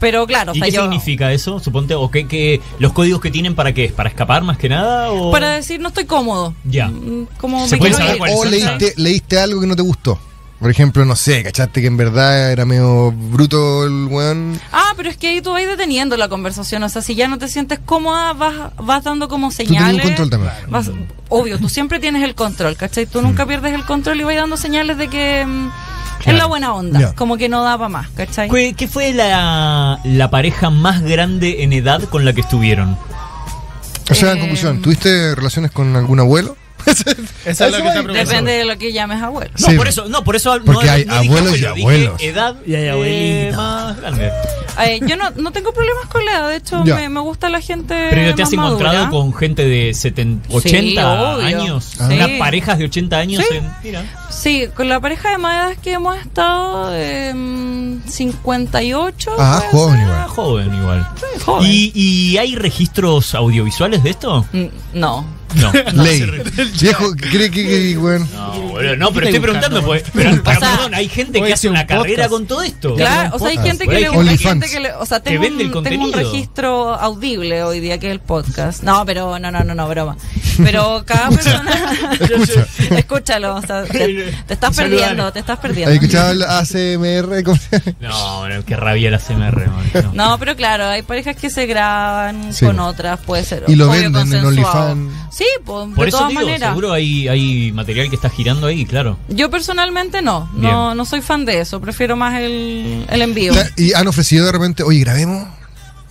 Pero claro, o
¿Y
sea,
qué
yo-
significa eso? Suponte, o qué, qué- los códigos que tienen para qué es, para escapar más que nada o
Para decir, no estoy cómodo.
Ya.
Mm, Como
¿Se
me
puede
quiero
saber
ir.
cuál es?
o
son,
leíste, leíste algo que no te gustó. Por ejemplo, no sé, cachaste que en verdad era medio bruto el weón.
Ah, pero es que ahí tú vas deteniendo la conversación. O sea, si ya no te sientes cómoda, vas, vas dando como
Tú tenías
señales.
un control también.
Vas- obvio, tú siempre tienes el control, ¿cachai?
Mm.
Tú nunca pierdes el control y vas dando señales de que mm, es la buena onda,
Ya.
como que no da para más, ¿cachai?
¿Qué, qué fue la, la pareja más grande en edad con la que estuvieron?
O sea, en
Eh,
conclusión, ¿tuviste relaciones con algún abuelo?
Esa es lo que te
Depende de lo que llames abuelo.
No,
Sí.
por eso, no, por eso
Porque
no-
hay
no dije
abuelos y
abuelo, dije
abuelos.
edad y hay
abuelitos.
más grande.
Eh, yo no, no tengo problemas con la edad, de hecho
Ya.
me, me gusta la gente.
Pero te has
más madura.
encontrado con gente de 70,
Sí,
80
obvio.
años,
Ah.
unas
Sí.
parejas de 80 años
Sí.
en- mira.
Sí, con la pareja de más edad que hemos estado, eh, mm, 58.
Ah,
puede
joven
ser.
igual.
Ah, joven igual.
joven.
¿Y, ¿Y hay registros audiovisuales de esto?
Mm, No.
No.
Ley. Viejo, cree que, que- que, weón.
No, boludo. No,
¿Qué
pero
estáis
estoy preguntando,
buscando,
pues.
boludo?
Pero, pero,
O sea,
perdón, hay gente
puede
que hace
ser un
una carrera
podcast.
con todo esto.
Claro, o sea, hay
podcast.
gente que
Pero pues, hay
le gusta, hay
OnlyFans.
gente que le, o sea,
Te
tengo,
vende el
un, tengo un
contenido.
registro audible hoy día que es el podcast. No, pero no, no, no, no, broma. Pero cada persona
Escucha.
escúchalo, o sea, te, te estás
Saludalo.
perdiendo, te estás
¿Has
perdiendo.
escuchado el ACMR? ¿Cómo se llama?
No, bueno, qué rabia la CMR, boludo.
No, pero claro, hay parejas que se graban
Sí.
con otras, puede ser.
Y lo
obvio,
venden en
consensuado.
OnlyFans.
Sí, pues,
Por
de
eso
todas
digo,
maneras.
seguro hay, hay material que está girando ahí, claro.
Yo personalmente no, no,
Bien.
no soy fan de eso, prefiero más el, el en vivo.
La- Y han ofrecido de repente, oye, grabemos.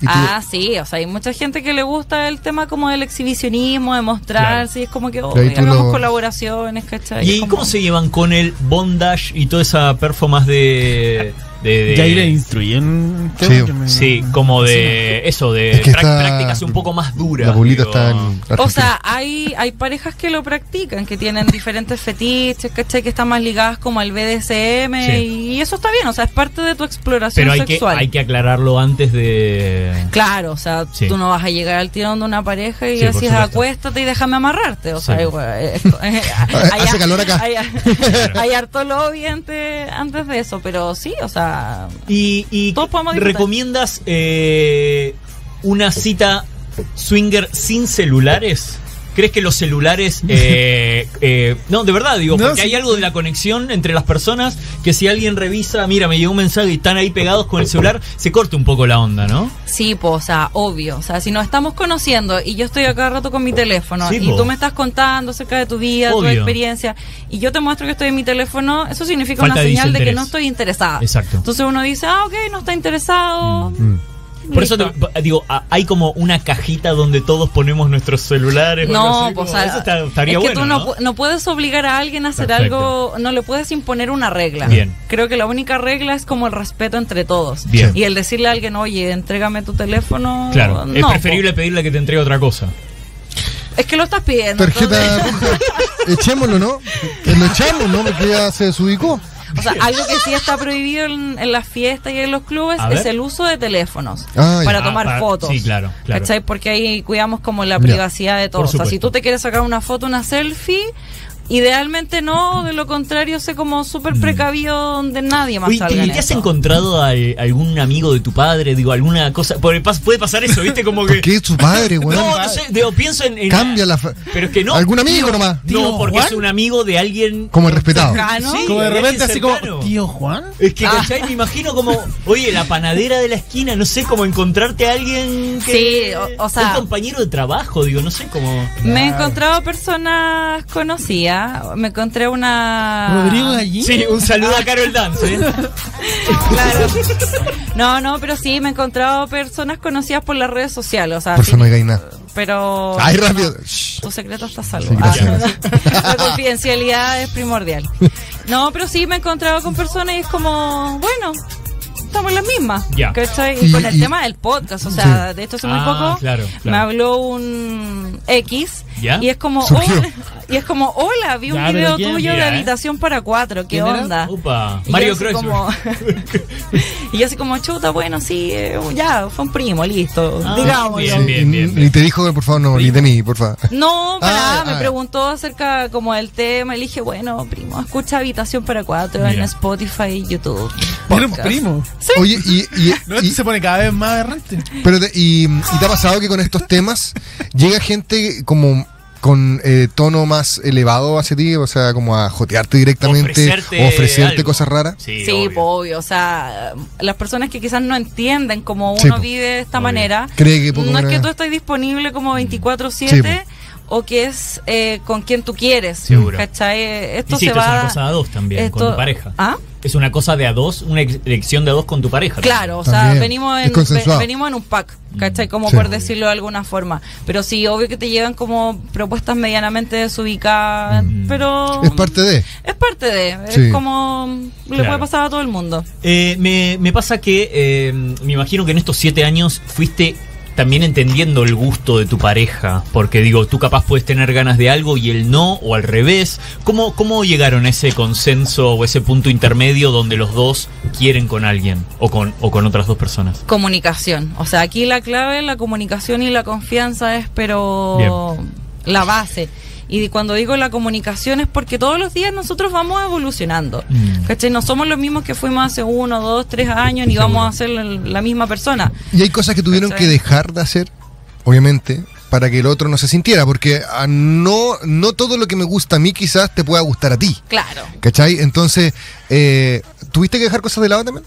Y tú-
Ah, sí, o sea, hay mucha gente que le gusta el tema como del exhibicionismo, de mostrarse, y es como que oh,
Ahí tú
hagamos
lo-
colaboraciones, ¿cachai?
¿Y
Como-
cómo se llevan con el bondage y toda esa performance de. de, de-
Ya ahí le instruyen.
Sí.
Creo que me-
Sí, como de. Eso, de
Es que
prac-
está-
prácticas un poco más duras.
La bolita
digo.
está en.
O
Argentina.
sea, hay, hay parejas que lo practican, que tienen diferentes fetiches, ¿cachai? Que están más ligadas como al BDSM
Sí.
y eso está bien, o sea, es parte de tu exploración
Pero hay que,
sexual.
hay que aclararlo antes de.
Claro, o sea,
Sí.
tú no vas a llegar al tirón de una pareja y
Sí, por
así
supuesto.
acuéstate y déjame amarrarte. O
Sí.
sea, igual, eh, esto- eh, hay-
Hace calor acá.
Hay, hay harto lobby antes, antes de eso, pero sí, o sea,
Y, y
Todos podemos disfrutar.
¿recomiendas eh, una cita swinger sin celulares? ¿Crees que los celulares... eh, eh, no, de verdad, digo,
No,
porque
sí.
hay algo de la conexión entre las personas que si alguien revisa, mira, me llegó un mensaje y están ahí pegados con el celular, se corta un poco la onda, ¿no?
Sí, po, o sea, obvio. O sea, si nos estamos conociendo y yo estoy a cada rato con mi teléfono
Sí,
y
po.
tú me estás contando acerca de tu vida, tu
Obvio.
experiencia, y yo te muestro que estoy en mi teléfono, eso significa
Falta
una
de
señal de que
desinterés.
no estoy interesada.
Exacto.
Ah,
Mm,
Entonces uno dice, ah, ok, no está interesado.
Por eso
Listo.
te- digo, a- hay como una cajita donde todos ponemos nuestros celulares. o algo
No,
así,
pues
como- eso está- estaría
es que
bueno.
tú no,
¿no?
pu- no puedes obligar a alguien a hacer
Perfecto.
algo, no le puedes imponer una regla.
Bien.
Creo que la única regla es como el respeto entre todos.
Bien.
Y el decirle a alguien, oye, entrégame tu teléfono.
Claro, es
no, pues. po.
preferible pedirle que te entregue otra cosa.
Es que lo estás pidiendo.
Tarjeta
entonces-
roja. Echémoslo, ¿no? Que Lo echamos, ¿no? Porque ya se desubicó.
O sea, algo que sí está prohibido en, en las fiestas y en los clubes
A
es
ver.
el uso de teléfonos
Ah, ya.
para
Ah,
tomar
para-
fotos.
sí, claro, claro.
¿Cachai? Porque ahí cuidamos como la
Ya.
privacidad de todos. O sea, si
supuesto.
tú te quieres sacar una foto, una selfie, idealmente no, de lo contrario, sé como súper precavido donde nadie más
Mm. Oye,
salga.
¿Y
en
te has
eso.
encontrado a algún amigo de tu padre? Digo, alguna cosa. Porque pas- puede pasar eso, ¿viste? Como que.
¿Por qué tu padre, weón?
No, no sé. Digo, pienso en. en-
Cambia la. fa-
Pero es que no.
Algún amigo nomás.
No, porque
Juan.
es un amigo de alguien.
Como el respetado.
Cercano.
Sí,
Como de
alguien
repente así
cercano.
como, tío Juan.
Es que,
Ah.
¿cachai? Me imagino como. Oye, la panadera de la esquina, no sé, como encontrarte a alguien. Que,
Sí, o- o sea-
Un compañero de trabajo, digo, no sé cómo.
Me he encontrado personas conocidas. Me encontré una.
Rodrigo allí.
Sí, un saludo
Ah.
a Carol Dance. ¿eh?
Claro. No, no, pero sí, me he encontrado personas conocidas por las redes sociales. O sea,
Por
sí,
favor, no digáis nada.
pero.
Ay, rápido. Shh.
Tu secreto está salvo.
Sí, gracias,
Ah, no, no. La confidencialidad es primordial. No, pero sí me he encontrado con personas y es como, bueno, estamos las mismas.
Ya.
¿cachai? Y
Y-
con el
y-
tema del podcast, o sea, de esto hace muy
Ah,
poco
claro,
me
claro.
habló un X
Ya.
y es como,
Surgió.
hola, y es como, hola, vi un
Ya,
video
pero ¿quién?
tuyo de
Mira, ¿eh?
habitación para cuatro, ¿qué
¿Quién era?
onda?
Opa,
Y yo
Mario
así
Cruz.
como- y yo así como, chuta, bueno, sí, eh, ya, fue un primo, listo,
Ah,
digámoslo.
Bien, bien, bien, bien.
Ni te dijo, por favor, no, ni de mí, por favor.
No, para
Ah,
nada, me
ah.
preguntó acerca como del tema. y Le dije, bueno, primo, escucha Habitación para Cuatro en
Mira.
Spotify y YouTube.
Era un
Podcast.
primo.
Oye, y, y-
No, este
y-
se pone cada vez más errante.
pero te, y, y te ha pasado que con estos temas llega gente como con eh, tono más elevado hacia ti, o sea, como a jotearte directamente,
Ofrecerte
o ofrecerte
algo.
cosas raras.
Sí,
Sí,
obvio.
po, obvio. O sea, las personas que quizás no entienden cómo
Sí,
uno
po.
vive de
Obvio.
esta
Mm.
manera,
Cree que poco
no es
una-
que tú estés disponible como 24-7
Sí,
o que es eh, con quien tú quieres.
Seguro.
¿Cachai? Eh, Esto
Y sí,
se
esto es
va.
una cosa a dos también, con
esto-
tu pareja.
¿Ah?
Es una cosa de a dos, una ex- elección de a dos con tu pareja.
Claro, o sea,
También,
venimos
es
en,
consensuado.
ve- venimos en un pack, ¿cachai? Como
Sí.
por decirlo de alguna forma. Pero sí, obvio que te llegan como propuestas medianamente desubicadas, pero...
Es parte de.
Es parte de,
Sí.
es como le puede
Claro.
pasar a todo el mundo.
Eh, me, me pasa que eh, me imagino que en estos siete años fuiste también entendiendo el gusto de tu pareja, porque digo, tú capaz puedes tener ganas de algo y él no, o al revés. ¿Cómo, cómo llegaron a ese consenso o ese punto intermedio donde los dos quieren con alguien o con, o con otras dos personas?
Comunicación, o sea, aquí la clave, la comunicación y la confianza es, pero... la base. Y cuando digo la comunicación es porque todos los días nosotros vamos evolucionando.
Mm.
¿Cachai? No somos los mismos que fuimos hace uno, dos, tres años, ni vamos a ser la- la misma persona.
Y hay cosas que tuvieron
¿Cachai?
que dejar de hacer, obviamente, para que el otro no se sintiera, porque ah, no, no todo lo que me gusta a mí quizás te pueda gustar a ti.
Claro.
¿Cachai? Entonces, eh, ¿tuviste que dejar cosas de lado también?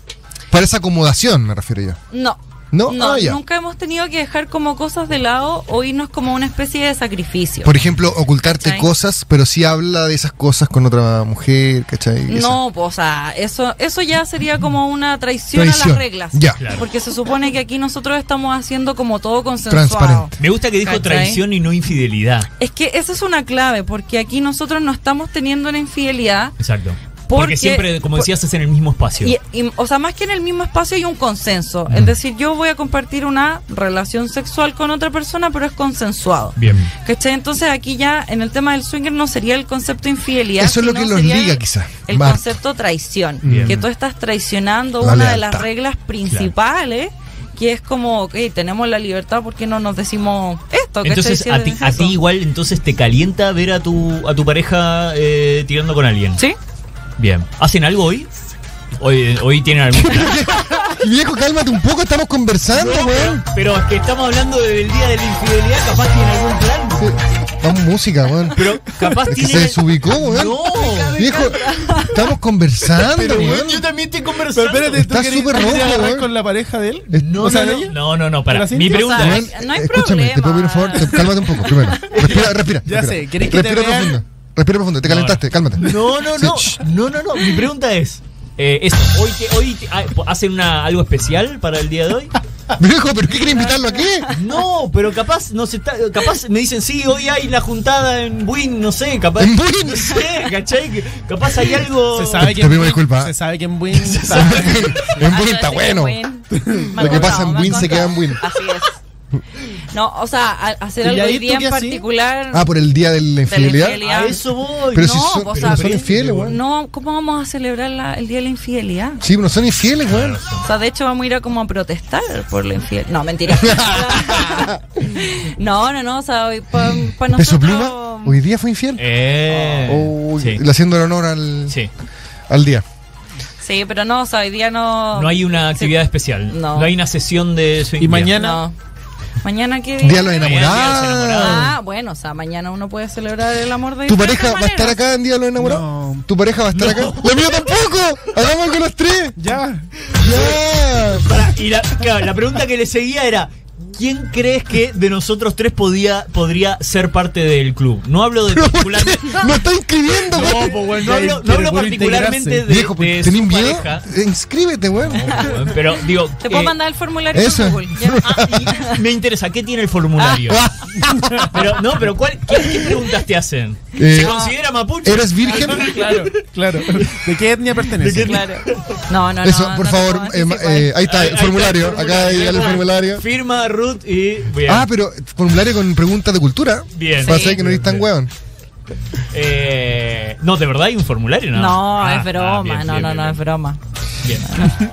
Para esa acomodación, me refiero yo.
No.
No, Ah, ya.
nunca hemos tenido que dejar como cosas de lado o irnos como una especie de sacrificio.
Por ejemplo, ocultarte
¿Cachai?
cosas, pero sí habla de esas cosas con otra mujer, ¿cachai? Esa-
No, pues, o sea, eso, eso ya sería como una traición, a
Traición.
las reglas.
Ya.
Claro.
Porque se supone que aquí nosotros estamos haciendo como todo consensuado.
Transparente.
Me gusta que dijo
¿Cachai?
traición y no infidelidad.
Es que esa es una clave, porque aquí nosotros no estamos teniendo una infidelidad.
Exacto. Porque,
Porque-
siempre, como
por-
decías, es en el mismo espacio.
Y, y- o sea, más que en el mismo espacio hay un consenso.
Mm.
Es decir, yo voy a compartir una relación sexual con otra persona, pero es consensuado.
Bien.
¿Cachai? Entonces aquí ya en el tema del swinger no sería el concepto de infidelidad.
Eso es lo
sino
que los
sería el-
liga, quizá,
El
Marta.
concepto traición.
Bien.
Que tú estás traicionando
La
una de
lealtad.
las reglas principales. Que es como, ok, tenemos la libertad, ¿por qué no nos decimos esto? ¿Cachai?
Entonces,
Si
a
es
ti, a
eso.
ti igual, entonces te calienta ver a tu, a tu pareja eh, tirando con alguien.
¿Sí?
Bien. ¿Hacen algo hoy? Hoy, hoy tienen algún plan.
Viejo, cálmate un poco, estamos conversando, weón.
Pero es que estamos hablando del día de la infidelidad, capaz tienen algún plan.
Vamos música, weón.
Pero capaz
Es que
tienen.
se desubicó, weón.
No.
Viejo, estamos conversando, weón.
también estoy
Pero
conversando.
espérate, ¿tú
Está
querés-
súper
tú querés
rojo,
hablar
weón. Eh,
con la pareja de él?
No,
O sea,
no,
¿de ella?
no, no, no, para.
¿Pero así?
Mi
O sea,
pregunta
Ay,
es.
Weón,
no hay
escúchame, te puedo pedir un favor,
problema.
Te- cálmate un poco, primero. Respira, respira.
Ya
respira.
sé, ¿querés que te
respira
vea?
profundo. Respira profundo, te calentaste, cálmate.
No, no, no.
Sí, shh.
No, no, no. Mi pregunta es. eh, eso, hoy, te- hoy te- ah, hacen una, algo especial para el día de hoy.
Viejo, ¿pero qué quiere invitarlo aquí?
No, pero capaz nos está, capaz me dicen sí, hoy hay la juntada en Buin, no sé, capaz
¿En Buin?
no sé, ¿cachai? Que Capaz hay algo.
Se sabe que
Te
en
pido
Win-
disculpas.
Se sabe que en Win.
En Win
Ah,
está bueno. Lo que pasa en Win se queda en Win.
Así es. No, o sea, a- hacer
¿Y
algo
ahí
hoy
tú
día
qué
en
hacías?
particular.
Ah, por el día de la infidelidad.
infidelidad.
A eso voy.
Pero
no,
si
No,
son,
vos
pero son
sabés.
infieles, weón.
No, ¿cómo vamos a celebrar la- el Día de la Infidelidad?
Sí, pero son infieles, weón.
O sea, de hecho vamos a ir a como a protestar por la infidelidad. No, mentira. no, no, no, o sea, para
Peso
nosotros...
Pluma, hoy día fue infiel.
Eh.
Uy,
sí,
Le haciendo el honor al,
sí.
al día.
Sí, pero no, o sea, hoy día no...
No hay una actividad especial. No.
No.
hay una sesión de swing.
Y mañana.
No. ¿Mañana qué
Día de los
Día de los
enamorados.
Ah, bueno, o sea, mañana uno puede celebrar el amor de
¿Tu
diferentes
pareja va a estar
maneras.
acá en Día de los enamorados?
No.
¿Tu pareja va a estar acá? ¡La mía tampoco! ¡Hagamos algo los tres!
Ya.
¡Ya!
Pará, y la, claro, la pregunta que le seguía era. ¿Quién crees que de nosotros tres podía, podría ser parte del club? No hablo de particularmente.
¡Me está inscribiendo,
No,
weón!
po, weón, no hablo, no
Pero
hablo
por
particularmente
integrarse.
de,
Viejo,
de
¿tenés
su
miedo?
pareja.
Inscríbete, weón.
Weón, Pero digo,
Te puedo
eh,
mandar el formulario
eso.
por Google. ya.
ah, y me interesa, ¿qué tiene el formulario?
Ah,
Pero no, pero ¿cuál, qué, qué preguntas te hacen? ¿Se
Eh,
considera mapuche?
¿Eres virgen?
Claro, claro. ¿De qué etnia pertenece?
Claro. No, no, no.
Eso,
no
por
te
favor.
puedo
eh, ma-
anticipar.
eh, ahí está, el formulario. Acá hay el formulario.
Firma Ruth y bien.
Ah, pero formulario con preguntas de cultura.
Bien.
Para
Sí.
saber que no eres tan weón.
Eh, no, de verdad hay un formulario, ¿no?
No,
Ah,
es broma,
ah, bien,
no,
bien,
no,
bien,
no, es broma.
bien.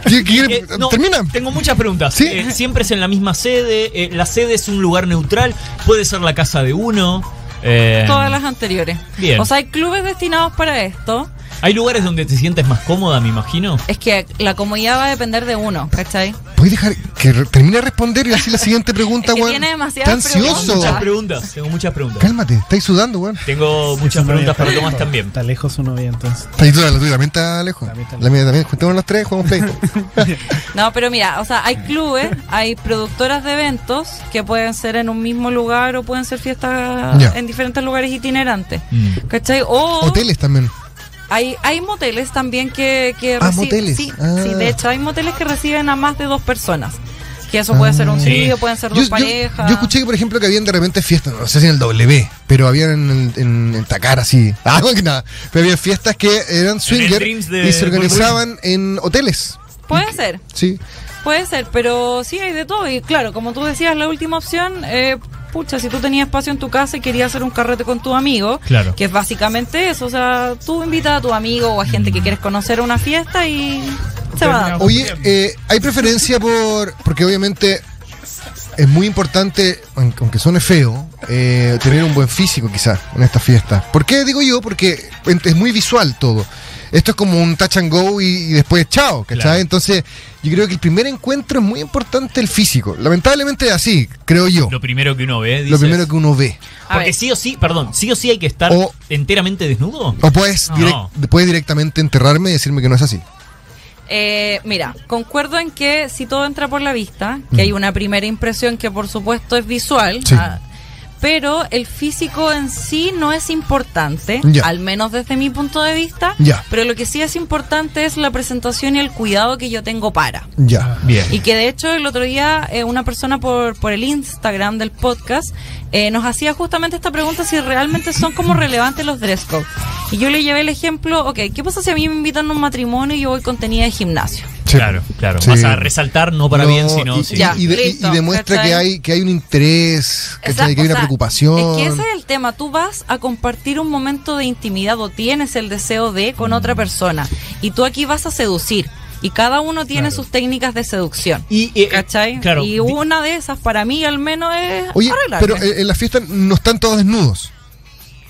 ¿Qué- qué quiere-
Eh, no,
Termina.
Tengo muchas preguntas.
Sí.
Eh, siempre es en la misma sede. eh, la sede es un lugar neutral. Puede ser la casa de uno. eh,
Todas las anteriores.
Bien.
O sea, hay clubes destinados para esto.
Hay lugares donde te sientes más cómoda, me imagino.
Es que la comodidad va a depender de uno, ¿cachai?
¿Puedes dejar que re- termine de responder y así la siguiente pregunta,
Es que
weón?
tiene
Está
demasiadas
ansioso.
Muchas
preguntas.
preguntas. Tengo muchas preguntas.
Cálmate, estáis sudando, weón.
Tengo
Su
muchas
novia
preguntas
está
para
lejos.
Tomás también.
Está lejos su novia entonces.
Estáis sudando, la tuya también está lejos.
La mía también.
La mía también. Juntémonos las tres, jugamos play.
No, pero mira, o sea, hay clubes, hay productoras de eventos que pueden ser en un mismo lugar o pueden ser fiestas
Ya.
en diferentes lugares itinerantes.
Mm.
¿Cachai? O
Hoteles también.
Hay, hay moteles también que, que
Ah,
reci-
moteles.
Sí,
Ah.
sí, de hecho, hay moteles que reciben a más de dos personas. Que eso
Ah.
puede ser un
Sí.
trío, pueden ser
Yo,
dos
yo-
parejas.
yo escuché que, por ejemplo, que habían de repente fiestas, no sé si en el W, pero habían en, el- en, en Takara, sí. Ah, no, que nada. Pero había fiestas que eran swinger
Dreams de
y se organizaban en hoteles.
Puede ser.
Sí.
Puede ser, pero sí hay de todo. Y claro, como tú decías, la última opción, eh, pucha, si tú tenías espacio en tu casa y querías hacer un carrete con tu amigo,
Claro.
que es básicamente eso. O sea, tú invitas a tu amigo o a gente que quieres conocer a una fiesta y se va dando.
Oye, eh, ¿hay preferencia por...? Porque obviamente es muy importante, aunque aunque suene feo, eh, tener un buen físico quizás en esta fiesta. ¿Por qué digo yo? Porque en- es muy visual todo. Esto es como un touch and go y, y después chao, ¿cachai?
Claro.
Entonces, yo creo que el primer encuentro es muy importante el físico. Lamentablemente es así, creo yo.
Lo primero que uno ve,
Lo
dices.
primero que uno ve.
A
Porque
ver.
sí o sí, perdón, sí o sí hay que estar
O-
enteramente desnudo.
O puedes,
No.
direc- puedes directamente enterrarme y decirme que no es así.
Eh, mira, concuerdo en que si todo entra por la vista, que hay una primera impresión que por supuesto es visual,
Mm. Sí.
ah, pero el físico en sí no es importante,
Ya.
al menos desde mi punto de vista,
Ya.
pero lo que sí es importante es la presentación y el cuidado que yo tengo para.
Ya.
Ah, Bien.
Y que de hecho el otro día eh, una persona por, por el Instagram del podcast eh, nos hacía justamente esta pregunta si realmente son como relevantes los dress code. Y yo le llevé el ejemplo, ok, ¿qué pasa si a mí me invitan a un matrimonio y yo voy con tenida de gimnasio?
Sí.
Claro, claro.
Sí.
Vas a resaltar no para
No,
bien, sino.
y,
sí.
y-
Ya,
y de- y- y
listo,
demuestra
¿cachai?
que hay, que hay un interés, ¿cachai?
Esa-
que hay
o
una
sea,
preocupación.
Es que ese es el tema. Tú vas a compartir un momento de intimidad o tienes el deseo de
Mm.
con otra persona. Y tú aquí vas a seducir. Y cada uno tiene sus técnicas de seducción.
Y, eh,
¿Cachai?
Claro.
y una de esas, para mí al menos, es
Oye,
arreglarme.
pero eh, en la fiesta no están todos desnudos.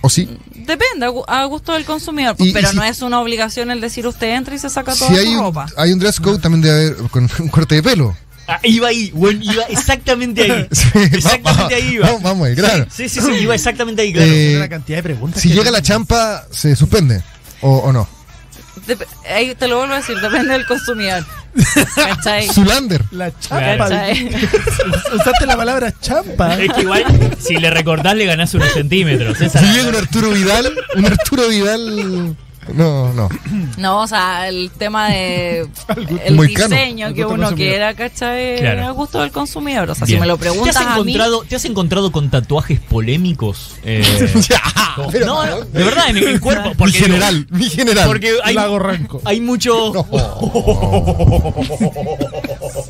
¿O sí?
Depende, a gu- a gusto del consumidor. pues,
Y- y
pero
si-
no es una obligación el decir usted entra y se saca toda
si
su
hay un,
ropa.
hay un dress code, también debe haber con un corte de pelo.
Ah, iba ahí, bueno, iba exactamente ahí.
Sí,
Exactamente ahí iba.
Vamos, vamos ahí, claro.
Sí, sí, sí, iba exactamente ahí, claro.
Eh,
la cantidad de preguntas.
si
que
llega la
tenemos.
champa, se suspende. ¿O, o no?
Dep- ahí te lo vuelvo a decir, depende del consumidor. ¿Cachai?
Zulander.
La champa.
¿Cachai?
Usaste la palabra champa.
Es que igual, si le recordás, le ganás unos centímetros. Esa
Si
era-
llega un Arturo Vidal, un Arturo Vidal. No, no.
No, o sea, el tema de el
Muy caro.
diseño
Al
que
gusto
uno
consumidor.
quiera, ¿cachai?
Claro.
A gusto del consumidor. O sea,
Bien.
si me lo
¿Te
preguntas
has,
a mí,
encontrado, ¿Te has encontrado con tatuajes polémicos? Eh,
Ya,
como-
pero-
no, no, de verdad, en el, el cuerpo.
mi
Porque,
general, mi general.
porque hay,
Lago Ranco.
hay mucho.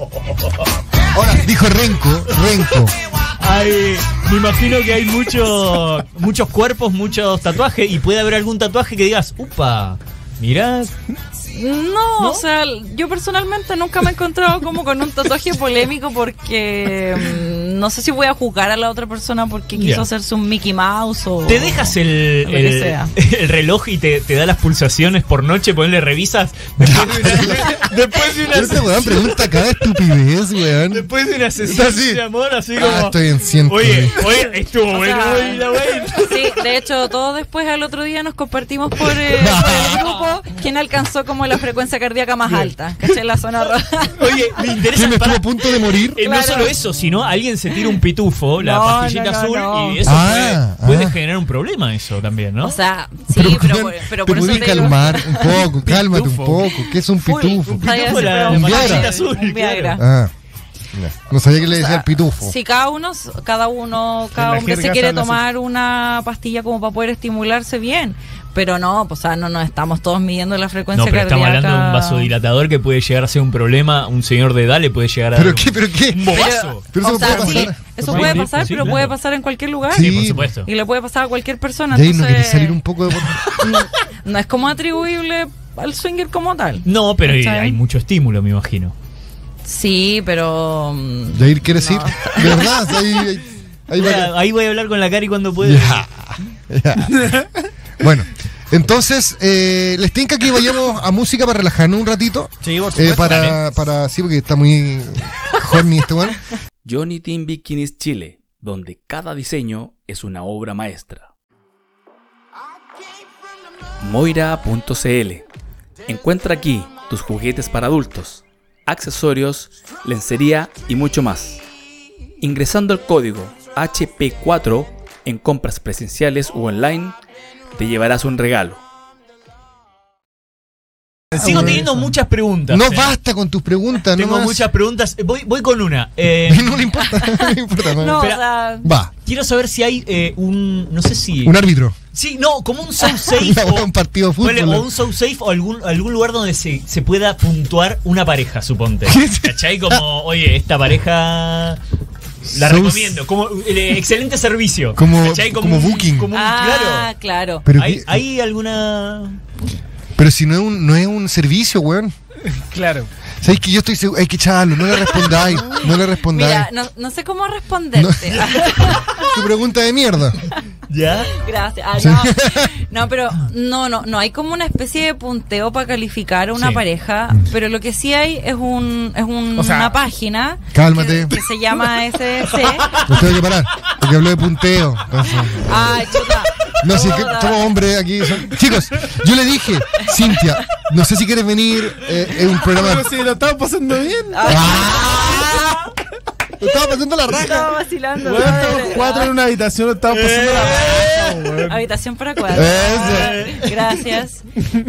Ahora, dijo Renko, Renko.
Hay- me imagino que hay mucho, muchos cuerpos, muchos tatuajes. Y puede haber algún tatuaje que digas, upa, mirá.
no, o sea, yo personalmente nunca me he encontrado como con un tatuaje polémico porque mm, no sé si voy a juzgar a la otra persona porque quiso
Ya.
hacerse un Mickey Mouse o.
Te dejas el,
Oh. Lo que
el,
sea.
el reloj y te, te da las pulsaciones por noche, ponle revisas. Después de una, después de una,
Este weón pregunta cada estupidez, weón.
después de una sesión
así.
de amor, así como.
Ah, estoy en ciento.
Oye, oye, estuvo
O
bueno
sea,
hoy la wey.
Sí, de hecho, todos después al otro día nos compartimos por, eh, por el grupo quién alcanzó como la frecuencia cardíaca más alta, ¿cachai? En la zona roja.
Oye, me interesa.
¿Quién
pará,
estuvo a punto de morir?
eh, No
Claro.
solo eso, sino alguien se tira un pitufo, la
No,
pastillita
no, no,
azul,
no.
y eso
Ah,
puede, puede
ah.
generar un problema, eso también, ¿no?
O sea, sí, pero, por- pero por
te
eso
pueden
te digo-
calmar un poco, cálmate un
pitufo.
poco. ¿Qué es un
Full,
pitufo?
está bien,
pitufo, la-
pero
la
un
pastillita
Viagra.
azul,
Un Viagra.
claro.
Ah, ya. no sabía que le decían
sea,
pitufo.
Si cada uno, cada uno, cada
la
hombre se
jerga
quiere
se habla así.
tomar una pastilla como para poder estimularse bien, pero no, pues, o sea, no nos estamos todos midiendo la frecuencia
No, pero
cardíaca.
estamos hablando de un vasodilatador que puede llegar a ser un problema. Un señor de edad le puede llegar a
¿Pero
dar
qué?
un-
¿Pero
un
qué?
bobazo.
Pero eso
O sea,
puede
sí,
pasar.
eso
Sí,
puede
sí,
pasar,
sí,
pero
claro.
puede pasar en cualquier lugar.
Sí, por
Sí,
supuesto.
Y le puede pasar a cualquier persona.
Y ahí no
entonces,
querés salir un poco de.
no, no es como atribuible al swinger como tal.
No, pero
¿Cachai?
hay mucho estímulo, me imagino.
Sí, pero... mm,
Jair, ¿quieres ir? De verdad, ahí. ahí- ahí va-
Mira, Ahí voy a hablar con la Cari cuando pueda.
Bueno, entonces, eh, ¿les tinca que vayamos a música para relajarnos un ratito?
Sí, por
Eh, para, para, sí, porque está muy horny este weón.
Johnny Team Bikinis Chile, donde cada diseño es una obra maestra. Moira.cl Encuentra aquí tus juguetes para adultos, accesorios, lencería y mucho más. Ingresando el código HP4 en compras presenciales u online, te llevarás un regalo.
Sigo teniendo muchas preguntas.
Eh, No
eh.
basta con tus preguntas,
Tengo
no más.
muchas preguntas. Eh, Voy, voy con una. Eh,
No le importa, no le importa. no.
No, o
Espera.
sea...
Va,
quiero saber si hay eh, un. No sé si.
un árbitro.
Sí, no, como un so safe.
Una
o,
buena, un partido de fútbol.
ponele, o un so safe o algún, algún lugar donde se, se pueda puntuar una pareja, suponte. ¿Cachai? Como, oye, esta pareja.
So-
La recomiendo. Como el, eh, excelente servicio.
Como-
¿cachai?
como Booking.
como un-
Ah,
claro.
claro.
mm, Pero,
¿Hay,
qué-
hay alguna.?
pero si no es un, no es un servicio, weón.
Claro.
¿Sabéis que yo estoy seguro? Hay que echarlo, no le respondáis, no le respondáis.
Mira, no, no sé cómo responderte.
Tu pregunta de mierda.
¿Ya?
Gracias. Ah, no. No, pero no, no, no hay como una especie de punteo para calificar a una
Sí.
pareja,
Mm.
pero lo que sí hay es un es un-
O sea,
una página
cálmate.
Que, que se llama SC.
Los tengo que parar, porque hablé de punteo. Entonces,
Ay, chuta.
No, sí, que
Puta.
somos hombres aquí. son- Chicos, yo le dije, Cintia, no sé si quieres venir, eh, es un programa.
Pero si lo estaba pasando bien.
¡Ah! Me estaba pasando la raja.
Estaba vacilando.
Weón,
estaba
estamos
de-
cuatro en una habitación, lo estaba pasando
Eh.
la raja, weón.
Habitación para cuatro. Ah,
Eso.
Gracias.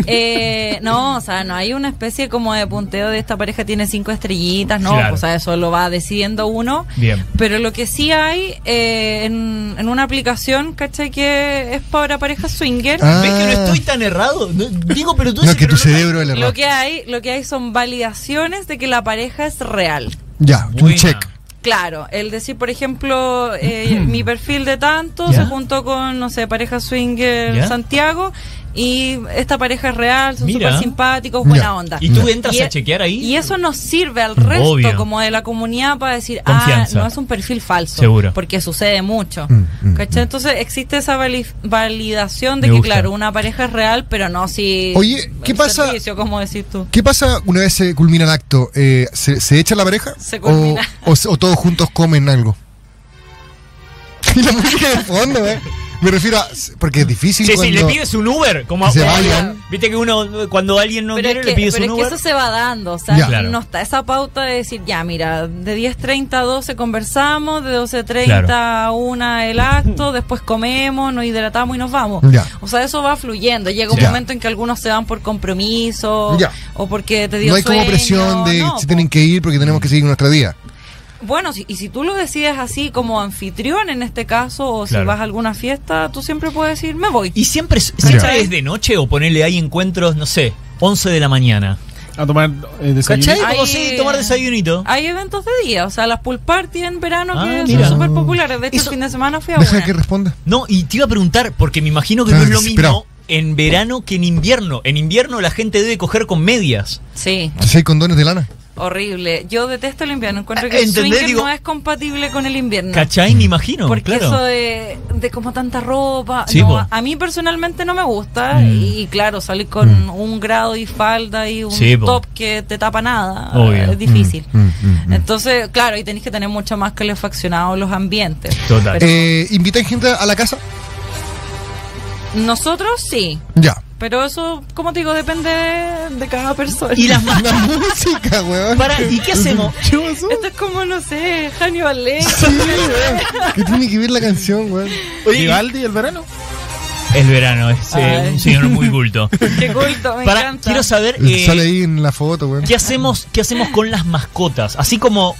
Eh, no, o sea, no hay una especie como de punteo de esta pareja tiene cinco estrellitas, no,
Claro.
o sea, eso lo va decidiendo uno.
Bien.
Pero lo que sí hay eh, en, en una aplicación, ¿cachai? Que es para parejas swinger.
Ah,
¿Ves que no estoy tan errado? No, digo, pero
No,
tú dices,
que
pero
tu cerebro es el
Lo
error.
que hay, lo que hay son validaciones de que la pareja es real.
Ya, un
Buena.
check.
Claro, el decir, por ejemplo, eh, mi perfil de tanto
¿Ya?
se juntó con, no sé, pareja swinger
¿Ya?
Santiago y esta pareja es real, son
Mira.
súper simpáticos, buena
Ya.
onda.
¿Y tú entras
Y
a
e-
chequear ahí?
Y eso nos sirve al resto
Obvio.
como de la comunidad para decir,
Confianza.
ah, no es un perfil falso.
Seguro.
Porque sucede mucho.
Mm, mm,
¿Cachai? Entonces existe esa vali- validación de
Me
que,
gusta.
claro, una pareja es real, pero no si...
Oye, ¿qué
el
pasa?
Servicio, como decís tú.
¿Qué pasa una vez se culmina el acto? Eh, ¿se, se echa la pareja?
Se culmina.
O, o se- o todos juntos comen algo? Y la música de fondo, ¿eh? Me refiero a. Porque es difícil.
Sí, sí,
cuando
le pides un Uber. Como a-
se vayan.
Viste que uno, cuando alguien no
pero
quiere,
es que,
le pides
pero
un
es que
Uber.
eso se va dando, o sea,
Ya.
Claro.
no está esa pauta de decir, ya, mira, de 10.30 a 12 conversamos, de 12.30 a 1 el acto, después comemos, nos hidratamos y nos vamos.
Ya.
O sea, eso va fluyendo. Llega un
Ya.
momento en que algunos se van por compromiso
Ya.
o porque te dio
No hay como
sueño,
presión de
no, Pues,
se tienen que ir porque tenemos que seguir nuestra día.
bueno, si- y si tú lo decides así como anfitrión en este caso, o
Claro.
si vas a alguna fiesta, tú siempre puedes decir, me voy.
¿Y siempre, siempre
Ya.
es de noche o ponerle ahí encuentros, no sé, 11 de la mañana?
A tomar eh, desayuno.
¿Cachai? Ah. Como
Ahí-
si tomar desayunito.
Hay eventos de día, o sea, las pool party en verano
Ah,
que
mira.
son súper populares. De hecho,
Eso-
el fin de semana fui a
Deja
una.
que responda.
No, y te iba a preguntar, porque me imagino que no
Ah,
es lo mismo
desesperado.
en verano que en invierno. En invierno la gente debe coger con medias.
Sí,
Entonces hay condones de lana.
horrible. Yo detesto el invierno. Encuentro que el
¿Entendés?
swinger
Digo-
no es compatible con el invierno.
¿Cachai? Me imagino,
porque
claro.
eso de, de como tanta ropa.
Sí,
no,
po. Mm.
a mí personalmente no me gusta. Y, claro, salir con un grado y falda y un
Sí, po.
top que te tapa nada
Obvio.
es difícil.
Mm, mm, mm.
Entonces, claro, y tenés que tener mucho más calefaccionados los ambientes.
Total.
Pero
Eh, ¿Invitan gente a la casa?
nosotros sí.
Ya.
Pero eso, como te digo, depende de, de cada persona.
Y las
La música, weón.
Para, ¿y qué hacemos?
¿Qué pasó?
Esto es como, no sé, Hannibal Lecter.
Sí, weón. ¿Qué tiene que ver la canción, weón?
Vivaldi el verano.
El verano es eh,
Ay.
un señor muy culto.
Qué culto, me
Para,
encanta.
quiero saber eh,
Sale ahí en la foto, weón.
qué hacemos, qué hacemos con las mascotas, así como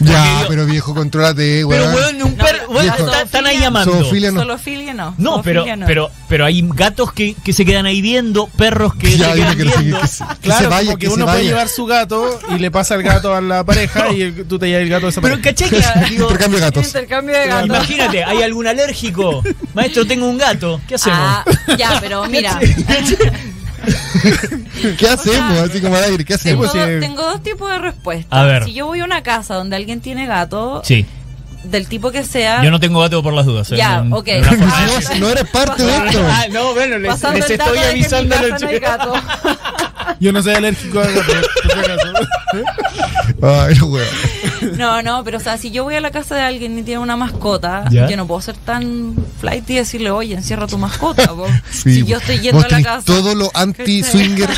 Ya, pero viejo, controlate,
pero
weón.
weón, un
No,
perro, weón,
viejo.
está- están ahí llamando.
Zoofilia no.
Zoofilia no.
No, pero,
zoofilia no.
pero pero hay gatos que, que se quedan ahí viendo, perros que
Ya,
se
dime
quedan
que, no sé qué-
viendo.
que se, que
Claro,
se vaya,
como
que,
que,
se
uno
vaya.
puede llevar su gato y le pasa el gato a la pareja y el- tú te llevas el gato de esa
Pero
pareja.
caché que digo,
Intercambio de gatos.
Intercambio de gatos.
imagínate, hay algún alérgico. Maestro, tengo un gato. ¿Qué hacemos?
Ah, ya, pero mira.
¿Qué hacemos? Así como al aire, ¿qué
tengo,
hacemos?
pues,
do-
eh,
sí.
tengo dos tipos de respuestas.
A ver.
Si yo voy a una casa donde alguien tiene gato,
Sí,
del tipo que sea,
yo no tengo gato por las dudas. eh,
Ah. Ya,
no-
ok.
no es una forma de-
No, no eres parte de esto.
Ah, no, bueno, les,
pasando
les
el dato
estoy
de que en mi
avisando a los
casa no hay
chicos.
gato.
Yo no soy alérgico a gato. por si acaso.
Ay, weón.
No, no, pero o sea, si yo voy a la casa de alguien y tiene una mascota,
Ya.
yo no puedo ser tan flighty y decirle, oye, encierra tu mascota. po".
Sí,
si yo
vos-
estoy yendo
vos
a la
tenés
casa.
Todo lo anti-swinger.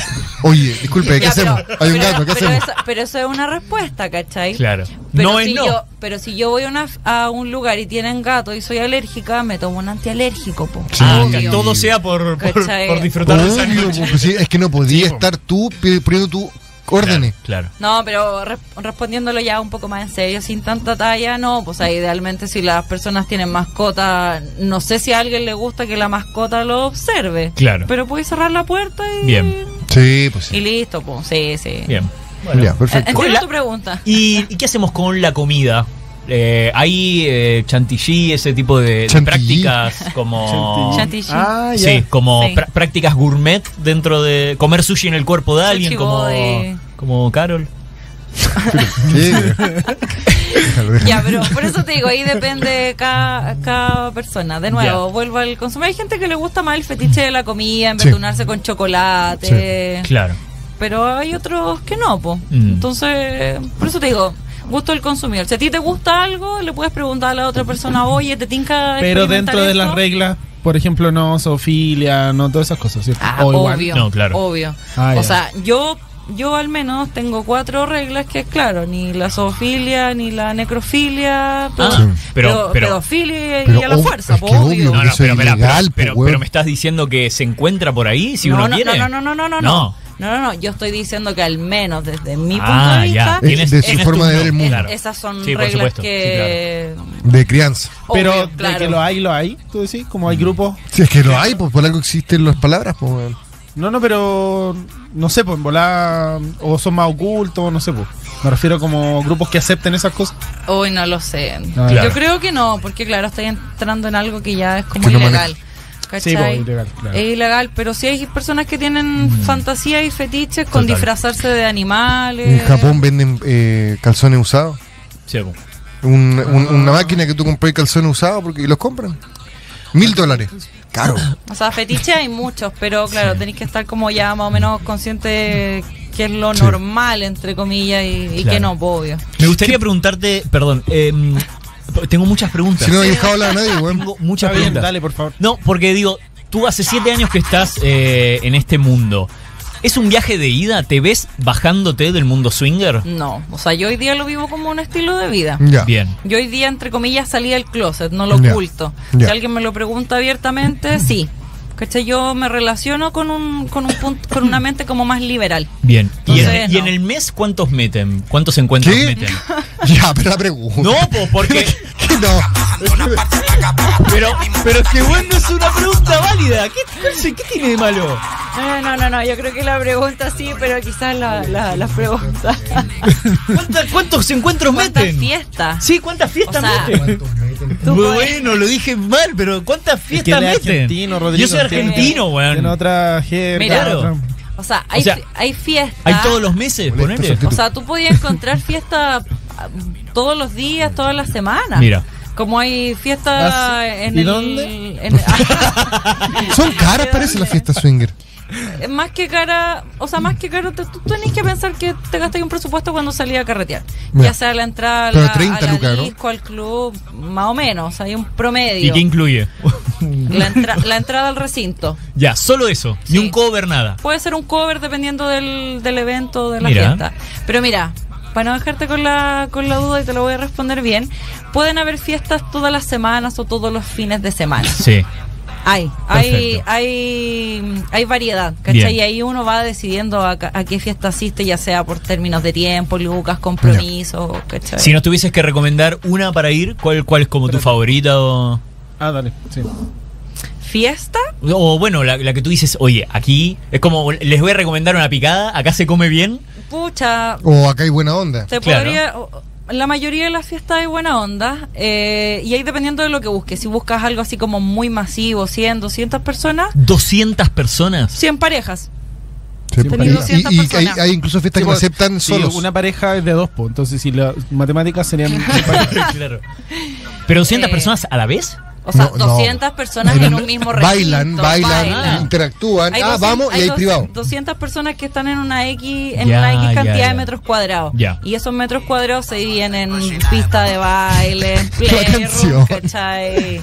Oye, disculpe, ¿qué
Ya,
hacemos?
pero-
Hay un
pero-
gato, ¿qué
pero
hacemos?
Eso, pero eso es una respuesta, ¿cachai?
Claro.
Pero
No
si
es no.
Yo, pero si yo voy a, una- a un lugar y tienen gato y soy alérgica, me tomo un antialérgico, po.
Sí.
Ah,
Obvio.
que todo sea por, por,
¿Cachai?
por disfrutar del
Obvio,
sándwich.
porque sí, es que no podía estar tú pi- poniendo tus órdenes.
Claro.
No, pero re- respondiéndolo ya un poco más en serio, sin tanta talla, no, pues ahí idealmente si las personas tienen mascota, no sé si a alguien le gusta que la mascota lo observe.
Claro.
Pero puedes cerrar la puerta y...
Bien.
Sí, pues
Y
sí.
listo, pues, sí, sí. Eh,
Bien.
Ya, perfecto.
Entiendo
La-
tu pregunta.
¿Y, y qué hacemos con la comida? Eh, ¿Hay eh, chantilly, ese tipo de, de
Chantilly.
prácticas como...
Chantilly.
Ah, ya.
Sí, como
Sí.
prá- prácticas gourmet dentro de comer sushi en el cuerpo de alguien,
Sushi
como,
boy.
como Carol.
Sí.
Ya, pero por eso te digo, ahí depende cada, cada persona. De nuevo,
Ya.
vuelvo al consumo. Hay gente que le gusta más el fetiche de la comida, en vez
Sí.
de unarse con chocolate.
Claro.
Pero hay otros que no, po.
Mm.
Entonces, por eso te digo, gusto del consumidor. Si a ti te gusta algo, le puedes preguntar a la otra persona, oye, ¿te tinca
Pero
experimentar
dentro de las
esto?"
reglas, por ejemplo, no, zoofilia, no, todas esas cosas, ¿cierto?
Ah,
O igual.
obvio.
No, claro.
Obvio.
Ah,
o
ya.
sea, yo yo al menos tengo cuatro reglas que, claro, ni la zoofilia, ni la necrofilia, pero,
Ah.
pero-
Ah, pero-
pero-
pedofilia y
pero
a la
ob-
fuerza,
es
po,
que
obvio.
obvio.
No, no,
Eso
pero,
es
espera, espera,
ilegal,
pero,
pues,
pero
weón.
me estás diciendo que se encuentra por ahí si
no,
uno
no,
quiere.
no, no, no, no, no, no, no. No, no, yo estoy diciendo que al menos desde mi
Ah,
punto de
ya.
vista,
Es de su forma
tu-
de ver el mundo.
claro.
esas son
Sí, por
reglas
supuesto, sí,
que...
De crianza.
Pero
obvio,
de
claro.
que lo hay, lo hay, tú decís, como hay grupos.
Si es que lo hay, pues por algo existen las palabras, pues. weón.
No, no, pero no sé, pues en volar, o son más ocultos, no sé, pues. Me refiero como grupos que acepten esas cosas.
Uy, no lo sé.
Ah,
claro.
Yo creo que no, porque claro, estoy entrando en algo que ya es como
Que no
ilegal.
Sí,
¿cachai?
pues, ilegal, claro.
Es ilegal, pero sí hay personas que tienen fantasías y fetiches con
Total.
disfrazarse de animales.
En Japón venden eh, calzones usados.
Sí, pues.
Un-
Ah.
un- una máquina que tú compras calzones usados porque y los compran. Mil dólares. Caro.
O sea, fetiches hay muchos, pero claro, tenéis que estar como ya más o menos consciente de qué es lo normal, entre comillas, y, y
Claro.
qué no, po, obvio.
Me gustaría preguntarte, perdón, em, tengo muchas preguntas.
Si no he dejado hablar a nadie, weón.
Tengo muchas
Está bien,
preguntas.
dale, por favor.
No, porque digo, tú hace siete años que estás eh, en este mundo. ¿Es un viaje de ida? ¿Te ves bajándote del mundo swinger?
No, o sea, yo hoy día lo vivo como un estilo de vida.
Ya.
Bien.
Yo hoy día, entre comillas, salí del closet, no lo
Ya.
oculto.
Ya.
Si alguien me lo pregunta abiertamente, sí. ¿Cachai? Yo me relaciono con un, con un punto, con una mente como más liberal.
Bien. ¿Y, en-
Entonces,
y en,
no.
el mes cuántos meten? ¿Cuántos encuentros
¿Qué?
meten?
Ya, pero la pregunta.
No, po, porque.
Que no.
Pero, pero es que bueno, es una pregunta válida. ¿Qué, qué tiene de malo?
No, no, no, no, yo creo que la pregunta sí, pero quizás la, la, la pregunta.
¿Cuánta- ¿Cuántos encuentros
¿Cuántas
meten?
fiestas?
Sí, ¿cuántas fiestas
O sea,
meten?
tú puedes-
Bueno, lo dije mal, pero ¿cuántas
Es que
fiestas
él es
meten?
argentino, Rodrigo.
Yo soy
tiene-
argentino,
Tiene
weón.
otra jerga.
Mira.
otra-
O sea, hay,
O sea,
fi- hay fiestas.
Hay todos los meses,
Molesto,
ponele.
sortito.
O sea, tú podías encontrar fiestas ah, todos los días, todas las semanas.
Mira.
Como hay
Ah,
fiestas
sí.
en
¿Y
el.
dónde?
en-
Son caras, parece la fiesta swinger.
Eh, más que cara, o sea, más que caro, te- tú tenés que pensar que te gastas un presupuesto cuando salís a carretear.
Mira.
Ya sea la entrada a
Pero
la,
30
a la
lucas, ¿no?
disco, al club, más o menos, hay un promedio.
¿Y qué incluye?
La, entra- la entrada al recinto.
ya, solo eso. Ni
Sí.
un cover, nada.
Puede ser un cover dependiendo del, del evento, de la
Mira.
fiesta. Pero mira, para no dejarte con la, con la duda y te lo voy a responder bien, pueden haber fiestas todas las semanas o todos los fines de semana.
Sí.
Hay, hay,
Perfecto.
hay, hay variedad, ¿cachai?
Bien.
Y ahí uno va decidiendo a, ca- a qué fiesta asiste, ya sea por términos de tiempo, lucas, compromiso, ¿cachai?
Si nos tuvieses que recomendar una para ir, ¿cuál, cuál es como tu favorita o.?
Ah, dale. Sí.
Este
¿Fiesta?
O bueno, la, la que tú dices, oye, aquí es como les voy a recomendar una picada, acá se come bien.
Pucha,
O acá hay buena onda.
te
Claro.
podría... o- La mayoría de las fiestas hay buena onda eh, y ahí dependiendo de lo que busques. Si buscas algo así como muy masivo, 100, 200 personas,
200 personas.
100 parejas.
Sí, y-
Sí, para-
y y hay,
200
hay incluso fiestas
Sí,
que lo
pues,
aceptan
sí,
solos.
Una pareja es de dos, pues. Entonces, si las matemáticas serían.
Claro. Pero 200
Eh,
personas a la vez?
O sea,
No, no.
200 personas en un mismo recinto.
Bailan, bailan,
bailan.
interactúan.
Hay
ah,
200
vamos, y hay
dos-
privado.
200 personas que están en una X, en
Ya,
una X cantidad
ya, ya.
de metros cuadrados.
Ya.
Y esos metros cuadrados se dividen en pista de baile, en playroom,
canción.
¿cachai?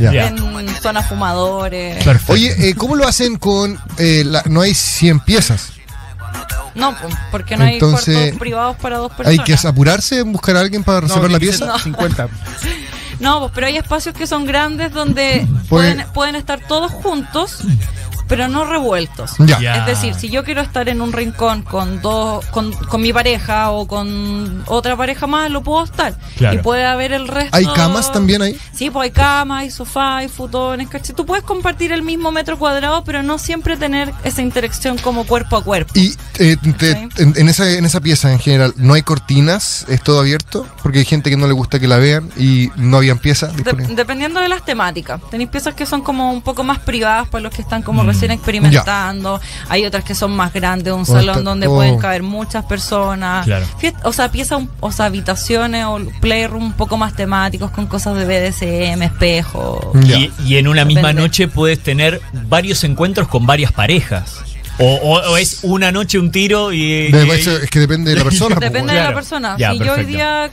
Ya.
Ya.
En zonas fumadores.
Perfecto.
Oye, eh, ¿cómo lo hacen con. eh, la- no hay 100 piezas.
No, porque no hay
Entonces,
cuartos privados para dos personas.
Hay que apurarse en buscar a alguien para
No,
reservar la
tiene que
pieza.
ser 50.
No, pues, pero hay espacios que son grandes donde
Pueden-
pueden, pueden estar todos juntos, pero no revueltos.
Ya.
Ya.
Es decir, si yo quiero estar en un rincón con dos, con, con mi pareja o con otra pareja más, lo puedo estar.
Claro.
Y puede haber el resto.
¿Hay camas también ahí?
Sí, pues hay camas, hay sofá, hay futones, ¿cachai? Tú puedes compartir el mismo metro cuadrado, pero no siempre tener esa interacción como cuerpo a cuerpo.
Y eh, te-
Ok.
en, en esa, en esa pieza en general, ¿no hay cortinas? ¿Es todo abierto? Porque hay gente que no le gusta que la vean y no habían piezas
De-
disponibles.
dependiendo de las temáticas. Tenéis piezas que son como un poco más privadas para los que están como
Mm.
recién experimentando, hay otras que son más grandes, un salón
está-
donde
o-
pueden caber muchas personas,
oh. Claro.
Fiest- o sea, piezas, un- o sea, habitaciones o playroom un poco más temáticos con cosas de BDSM, espejo.
Ya.
Y, y en una misma
Depende.
noche puedes tener varios encuentros con varias parejas. O, o- o es una noche un tiro y.
De-
y-
pues, es que depende de la persona. po,
Depende
weón.
de
Claro.
la persona.
Ya,
si yo hoy
perfecto.
día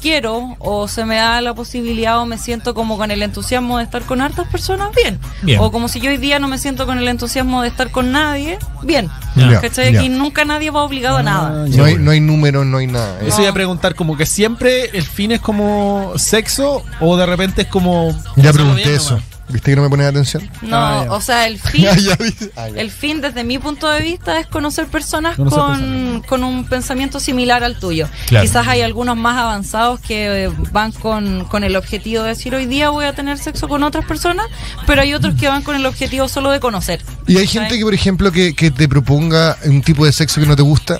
quiero o se me da la posibilidad o me siento como con el entusiasmo de estar con hartas personas, bien.
Bien.
O como si yo hoy día no me siento con el entusiasmo de estar con nadie, bien.
Ya,
¿Cachai?
ya.
Aquí nunca nadie va obligado a
Ah,
nada.
No hay, no hay números, no hay nada.
Ah, Eso iba a preguntar, como que siempre el fin es como sexo o de repente es como...
Ya
pasarlo
pregunté
bien
eso.
nomás?
¿Viste que no me pones atención?
No,
Ah, ya.
o sea, el fin...
Ya, ya, viste. Ah, ya.
El fin, desde mi punto de vista, es conocer personas
Conocer
con,
personas.
con un pensamiento similar al tuyo.
Claro.
Quizás hay algunos más avanzados que eh, van con, con el objetivo de decir hoy día voy a tener sexo con otras personas, pero hay otros que van con el objetivo solo de conocer.
Y hay gente que, por ejemplo, que, que te proponga un tipo de sexo que no te gusta.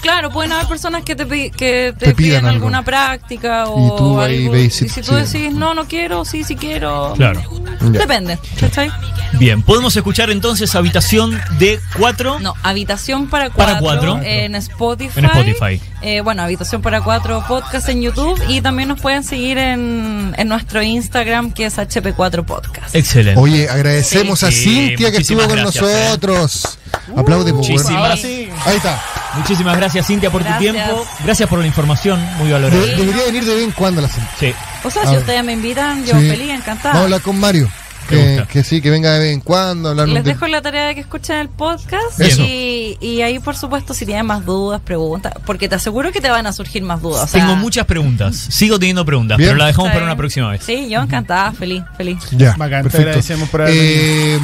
Claro, pueden haber personas que te, pi- que
Te
te
pidan
piden
algo.
alguna práctica
Y
o
tú ahí
algo.
veis si-
y si tú
sí.
decís no, no quiero, sí, sí quiero.
Claro.
Ya.
Depende, ¿cachai?
Bien, podemos escuchar entonces habitación de cuatro.
No, Habitación para Cuatro,
Para Cuatro.
en Spotify.
En Spotify.
Eh, bueno, Habitación para Cuatro podcast en YouTube y también nos pueden seguir en, en nuestro Instagram que es HP4 Podcast.
Excelente.
Oye, agradecemos a
Sí,
Cintia que estuvo
muchísimas
con
gracias,
nosotros. Aplaude, po, weón.
muchísimas.
Ahora sí.
Ahí está.
Muchísimas gracias, Cintia, por tu
Gracias.
tiempo. Gracias por la información, muy valorada.
De- debería venir de vez en cuando la Cintia.
Sí.
O sea,
Ah.
si ustedes me invitan, yo
Sí. Vamos
feliz,
a
encantada.
hablar con Mario.
Me
Que,
gusta.
que sí, que venga de vez en cuando. hablar
Les
de-
dejo la tarea de que escuchen el podcast
Eso.
y, y ahí por supuesto si tienen más dudas, preguntas, porque te aseguro que te van a surgir más dudas. o sea,
Tengo muchas preguntas. Sigo teniendo preguntas,
Bien.
pero las dejamos
¿cachai?
para una próxima vez.
Sí, yo encantada, feliz, feliz.
Ya,
Bacán, te
perfecto.
agradecemos por haber
Eh,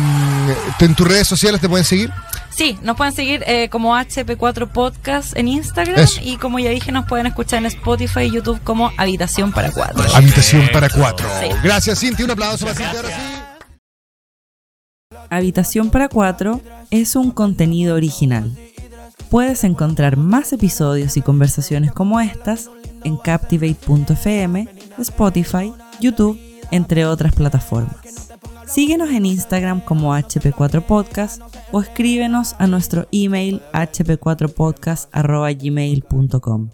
¿te- ¿En tus redes sociales te pueden seguir?
Sí, nos pueden seguir eh, como HP4 Podcast en Instagram
Eso.
y como ya dije nos pueden escuchar en Spotify y YouTube como Habitación para Cuatro.
Habitación para cuatro.
Sí.
Gracias, Cintia. Un aplauso para Cintia. Ahora sí.
Habitación para Cuatro es un contenido original. Puedes encontrar más episodios y conversaciones como estas en captivate.fm, Spotify, YouTube, entre otras plataformas. Síguenos en Instagram como HP4 Podcast o escríbenos a nuestro email hp4podcast.gmail.com.